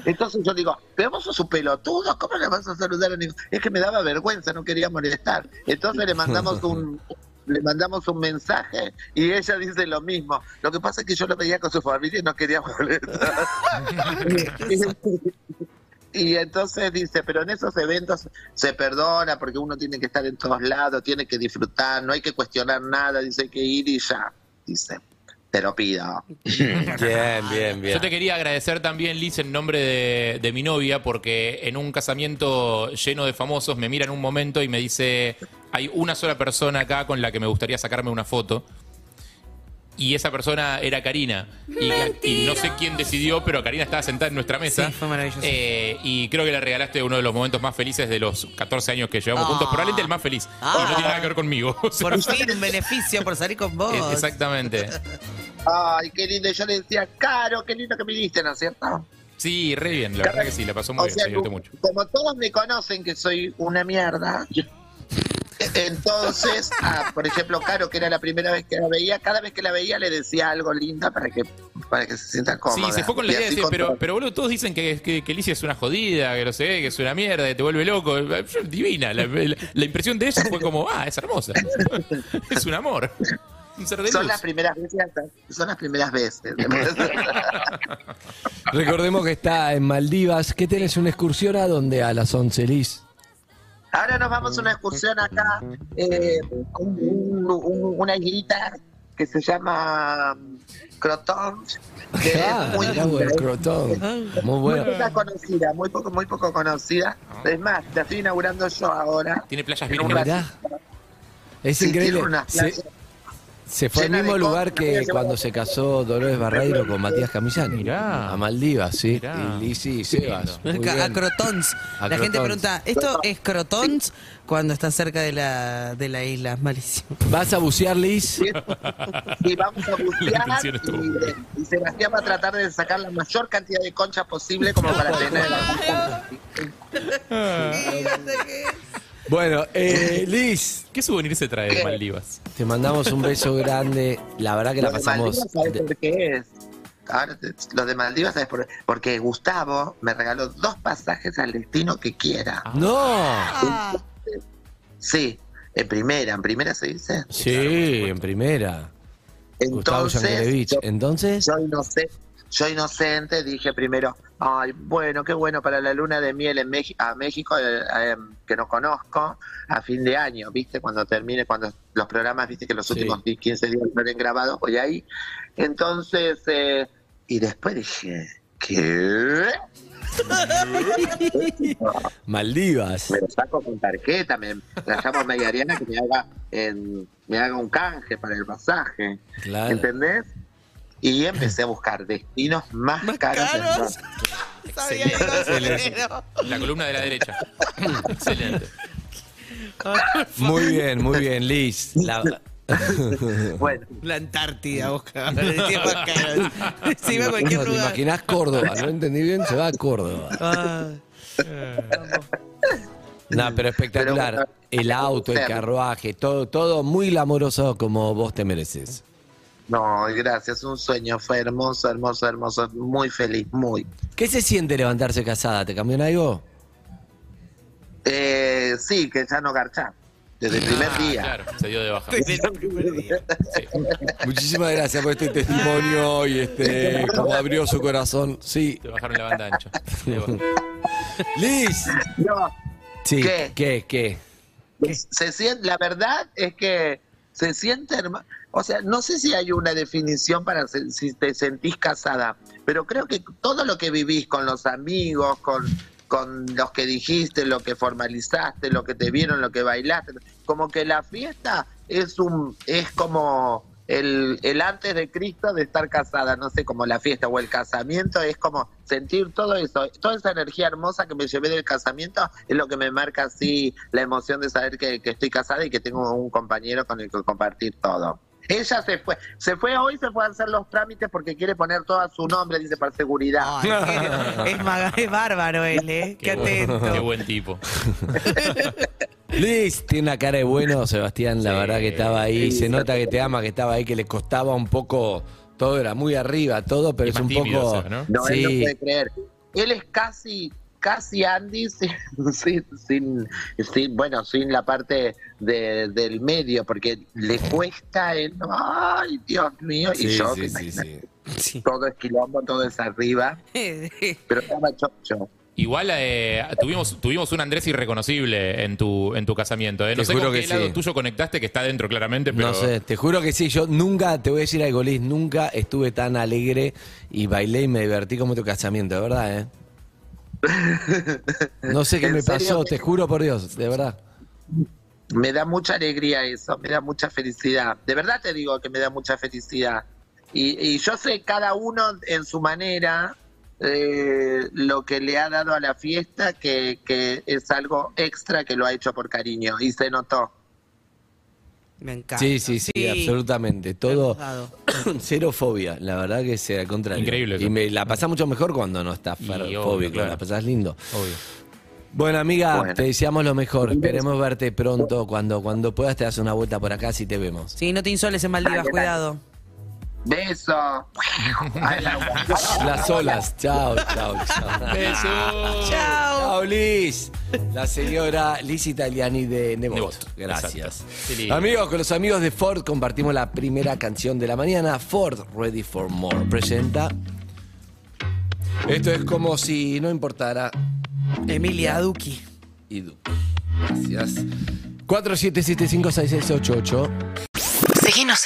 Speaker 5: Entonces yo digo, pero vos sos un pelotudo, ¿cómo le vas a saludar a Nico? Es que me daba vergüenza, no quería molestar. Entonces le mandamos un le mandamos un mensaje y ella dice lo mismo. Lo que pasa es que yo lo veía con su familia y no quería molestar. Y entonces dice, pero en esos eventos se perdona porque uno tiene que estar en todos lados, tiene que disfrutar, no hay que cuestionar nada, dice hay que ir y ya, dice, te lo pido.
Speaker 10: Bien, bien, bien.
Speaker 9: Yo te quería agradecer también, Liz, en nombre de, de mi novia, porque en un casamiento lleno de famosos me mira en un momento y me dice, hay una sola persona acá con la que me gustaría sacarme una foto. Y esa persona era Karina. Y, y no sé quién decidió, pero Karina estaba sentada en nuestra mesa.
Speaker 11: Sí, fue maravilloso.
Speaker 9: Eh, y creo que le regalaste uno de los momentos más felices de los 14 años que llevamos
Speaker 11: Ah.
Speaker 9: juntos. Probablemente el más feliz. Y no tiene nada que ver conmigo. O sea,
Speaker 11: Por fin un beneficio por salir
Speaker 10: Eh,
Speaker 11: con vos.
Speaker 9: es- Exactamente.
Speaker 5: Ay, qué lindo. Yo le decía, Caro, qué lindo que viniste, ¿no es cierto?
Speaker 9: Sí, re bien. La verdad que sí, la pasó muy
Speaker 5: O
Speaker 9: bien.
Speaker 5: sea,
Speaker 9: se divirtió
Speaker 5: tú-
Speaker 9: mucho.
Speaker 5: Como todos me conocen que soy una mierda, entonces, ah, por ejemplo, Caro, que era la primera vez que la veía, cada vez que la veía le decía algo linda para que, para que se sienta
Speaker 9: Sí,
Speaker 5: cómoda.
Speaker 9: se fue con
Speaker 5: Y
Speaker 9: la idea de
Speaker 5: así
Speaker 9: decir,
Speaker 5: con
Speaker 9: pero,
Speaker 5: todo.
Speaker 9: pero boludo, todos dicen que, que, que Alicia es una jodida, que no sé, que es una mierda, que te vuelve loco. Divina. La, la- la impresión de ella fue como, ah, es hermosa. es un amor. Un ser de
Speaker 5: Son
Speaker 9: luz.
Speaker 5: las primeras veces, son las primeras veces.
Speaker 10: Recordemos que está en Maldivas, que tenés una excursión a donde a las 11, Liz.
Speaker 5: Ahora nos vamos a una excursión acá, eh, un- un- un- una islita que se llama mm, Crotón, que
Speaker 10: Ah,
Speaker 5: es muy
Speaker 10: mirá, bueno,
Speaker 5: linda,
Speaker 10: Crotón. Muy
Speaker 5: Muy
Speaker 10: bueno.
Speaker 5: poca conocida, muy poco, muy poco conocida. Es más, la estoy inaugurando yo ahora.
Speaker 9: Tiene playas
Speaker 5: En un
Speaker 9: vírgenes.
Speaker 5: ratito.
Speaker 10: Es
Speaker 5: Sí,
Speaker 10: increíble.
Speaker 5: tiene unas
Speaker 10: Se,
Speaker 5: playas.
Speaker 10: se fue al
Speaker 5: Llena de
Speaker 10: mismo
Speaker 5: cosas, voy
Speaker 10: lugar
Speaker 5: a
Speaker 10: que
Speaker 5: llevar
Speaker 10: cuando se casó Dolores Barreiro con Matías Camillán. A Maldivas, sí.
Speaker 11: Mirá.
Speaker 10: Y Liz y Sebas. Muy bien.
Speaker 11: Acá, A Crotons.
Speaker 10: A
Speaker 11: la gente
Speaker 10: Crotons.
Speaker 11: pregunta, ¿esto es Crotons cuando está cerca de la, de la isla? Es malísimo.
Speaker 10: ¿Vas a bucear, Liz?
Speaker 5: Y vamos a
Speaker 10: La
Speaker 5: bucear
Speaker 10: intención estuvo
Speaker 5: y, y Sebastián va a tratar de sacar la mayor cantidad de conchas posible como para tener
Speaker 9: Ah,
Speaker 10: Bueno, eh, Liz.
Speaker 9: ¿Qué souvenir se trae de Maldivas?
Speaker 10: Te mandamos un beso grande. La verdad que la
Speaker 5: Los de
Speaker 10: pasamos.
Speaker 5: Maldivas, ¿sabes por qué es? Ahora, te- los de Maldivas, ¿sabes por qué? Porque Gustavo me regaló dos pasajes al destino que quiera.
Speaker 9: Ah,
Speaker 5: Ah,
Speaker 10: ¡No!
Speaker 5: Sí, en primera, en primera se dice.
Speaker 10: Sí, en primera. Gustavo
Speaker 5: Entonces,
Speaker 10: Yankelevich. Entonces.
Speaker 5: Yo inocente, yo inocente dije primero, ay, bueno, qué bueno para la luna de miel en México, a México eh, eh, que no conozco, a fin de año, ¿viste? Cuando termine, cuando los programas, ¿viste? Que los últimos 10, 15 días salen grabados, voy ahí. Entonces, eh, y después dije, ¿qué?
Speaker 10: Maldivas.
Speaker 5: Me lo saco con tarjeta, me la llamo a media Ariana que me haga, en- me haga un canje para el pasaje.
Speaker 10: Claro.
Speaker 5: ¿Entendés? Y empecé a buscar destinos más, caros. del
Speaker 11: caros.
Speaker 5: mundo.
Speaker 9: Excelente. La columna de la derecha. Excelente.
Speaker 10: Muy bien, muy bien, Liz. La-
Speaker 20: Bueno.
Speaker 11: La Antártida, Oscar. El tiempo acá. Encima, cualquier
Speaker 10: ¿Te
Speaker 11: lugar.
Speaker 10: imaginás Córdoba? ¿No entendí bien? Se va a Córdoba.
Speaker 11: Ah.
Speaker 10: No, pero espectacular. el auto, el carruaje, todo, todo muy glamoroso como vos te mereces.
Speaker 20: No, gracias, un sueño, fue hermoso, hermoso, hermoso, muy feliz, muy.
Speaker 10: ¿Qué se siente levantarse casada? ¿Te cambió en algo?
Speaker 20: Eh, sí, que ya no garchá, desde el primer
Speaker 9: Ah,
Speaker 20: día.
Speaker 9: Claro, se dio de baja.
Speaker 10: Muchísimas gracias por este testimonio y este cómo abrió su corazón. Sí.
Speaker 9: Te bajaron la banda ancha.
Speaker 10: Liz. Sí.
Speaker 20: ¿Qué?
Speaker 10: ¿Qué? ¿Qué?
Speaker 20: Se siente, la verdad es que se siente herma- O sea, no sé si hay una definición para se- si te sentís casada, pero creo que todo lo que vivís con los amigos, con, con los que dijiste, lo que formalizaste, lo que te vieron, lo que bailaste, como que la fiesta es un es como el, el antes de Cristo de estar casada, no sé, como la fiesta o el casamiento, es como sentir todo eso, toda esa energía hermosa que me llevé del casamiento es lo que me marca así la emoción de saber que, que estoy casada y que tengo un compañero con el que compartir todo. Ella se fue, se fue hoy, se fue a hacer los trámites porque quiere poner todo a su nombre, dice, para seguridad.
Speaker 11: Es, maga- es bárbaro él, ¿eh? Qué, atento.
Speaker 9: Qué buen tipo.
Speaker 10: Liz tiene una cara de bueno, Sebastián, la verdad que estaba ahí.
Speaker 9: Sí,
Speaker 10: Se nota que te ama, que estaba ahí, que le costaba un poco todo, era muy arriba todo, pero
Speaker 9: Y
Speaker 10: es
Speaker 9: más
Speaker 10: un
Speaker 9: tímido,
Speaker 10: poco.
Speaker 9: o sea, ¿no?
Speaker 20: No, él no
Speaker 10: Sí.
Speaker 20: puede creer. Él es casi, casi Andy sin, sin, sin- sin- bueno, sin la parte de- del medio, porque le cuesta a él, ay Dios mío, y
Speaker 10: Sí,
Speaker 20: yo,
Speaker 10: sí,
Speaker 20: que
Speaker 10: sí,
Speaker 20: imagínate, todo es quilombo, todo es arriba, pero estaba chocho.
Speaker 9: Igual eh, tuvimos, tuvimos un Andrés irreconocible en tu, en tu casamiento. ¿eh? No
Speaker 10: Te
Speaker 9: sé
Speaker 10: juro
Speaker 9: con qué
Speaker 10: que
Speaker 9: lado
Speaker 10: sí.
Speaker 9: tuyo conectaste, que está dentro claramente, pero.
Speaker 10: No sé, te juro que sí, yo nunca, te voy a decir algo, Liz, nunca estuve tan alegre y bailé y me divertí como tu casamiento, de verdad, ¿eh? No sé qué
Speaker 20: ¿En
Speaker 10: me
Speaker 20: serio?
Speaker 10: pasó, te juro por Dios, de verdad.
Speaker 20: Me da mucha alegría eso, me da mucha felicidad. De verdad te digo que me da mucha felicidad. Y, y yo sé cada uno en su manera eh, lo que le ha dado a la fiesta, que, que es algo extra que lo ha hecho por cariño. Y se notó.
Speaker 11: Me encanta.
Speaker 10: Sí, sí, sí, absolutamente. Todo cero fobia, la verdad que sea al contrario.
Speaker 9: Increíble eso.
Speaker 10: Y me la pasás mucho mejor cuando no estás fer-
Speaker 9: obvio,
Speaker 10: fóbico,
Speaker 9: claro.
Speaker 10: la pasás lindo. Bueno, amiga,
Speaker 11: Bueno.
Speaker 10: te deseamos lo mejor. Esperemos verte pronto. Cuando, cuando puedas, te das una vuelta por acá si te vemos.
Speaker 11: Sí, no te insoles en Maldivas,
Speaker 20: Dale,
Speaker 11: cuidado.
Speaker 20: Beso. Ay, la-
Speaker 10: Las olas. Chao, chao, chao. Ah.
Speaker 9: Besos.
Speaker 11: Chao.
Speaker 10: Chao, Liz. La señora Liz Italiani de Nebot.
Speaker 9: Nebot,
Speaker 10: Gracias.
Speaker 9: exacto. Qué lindo.
Speaker 10: Amigos, con los amigos de Ford compartimos la primera canción de la mañana. Ford Ready for More presenta. Esto es como si no importara.
Speaker 11: Emilia Duki.
Speaker 10: Y Duki. Gracias. 47756688.
Speaker 12: Síguenos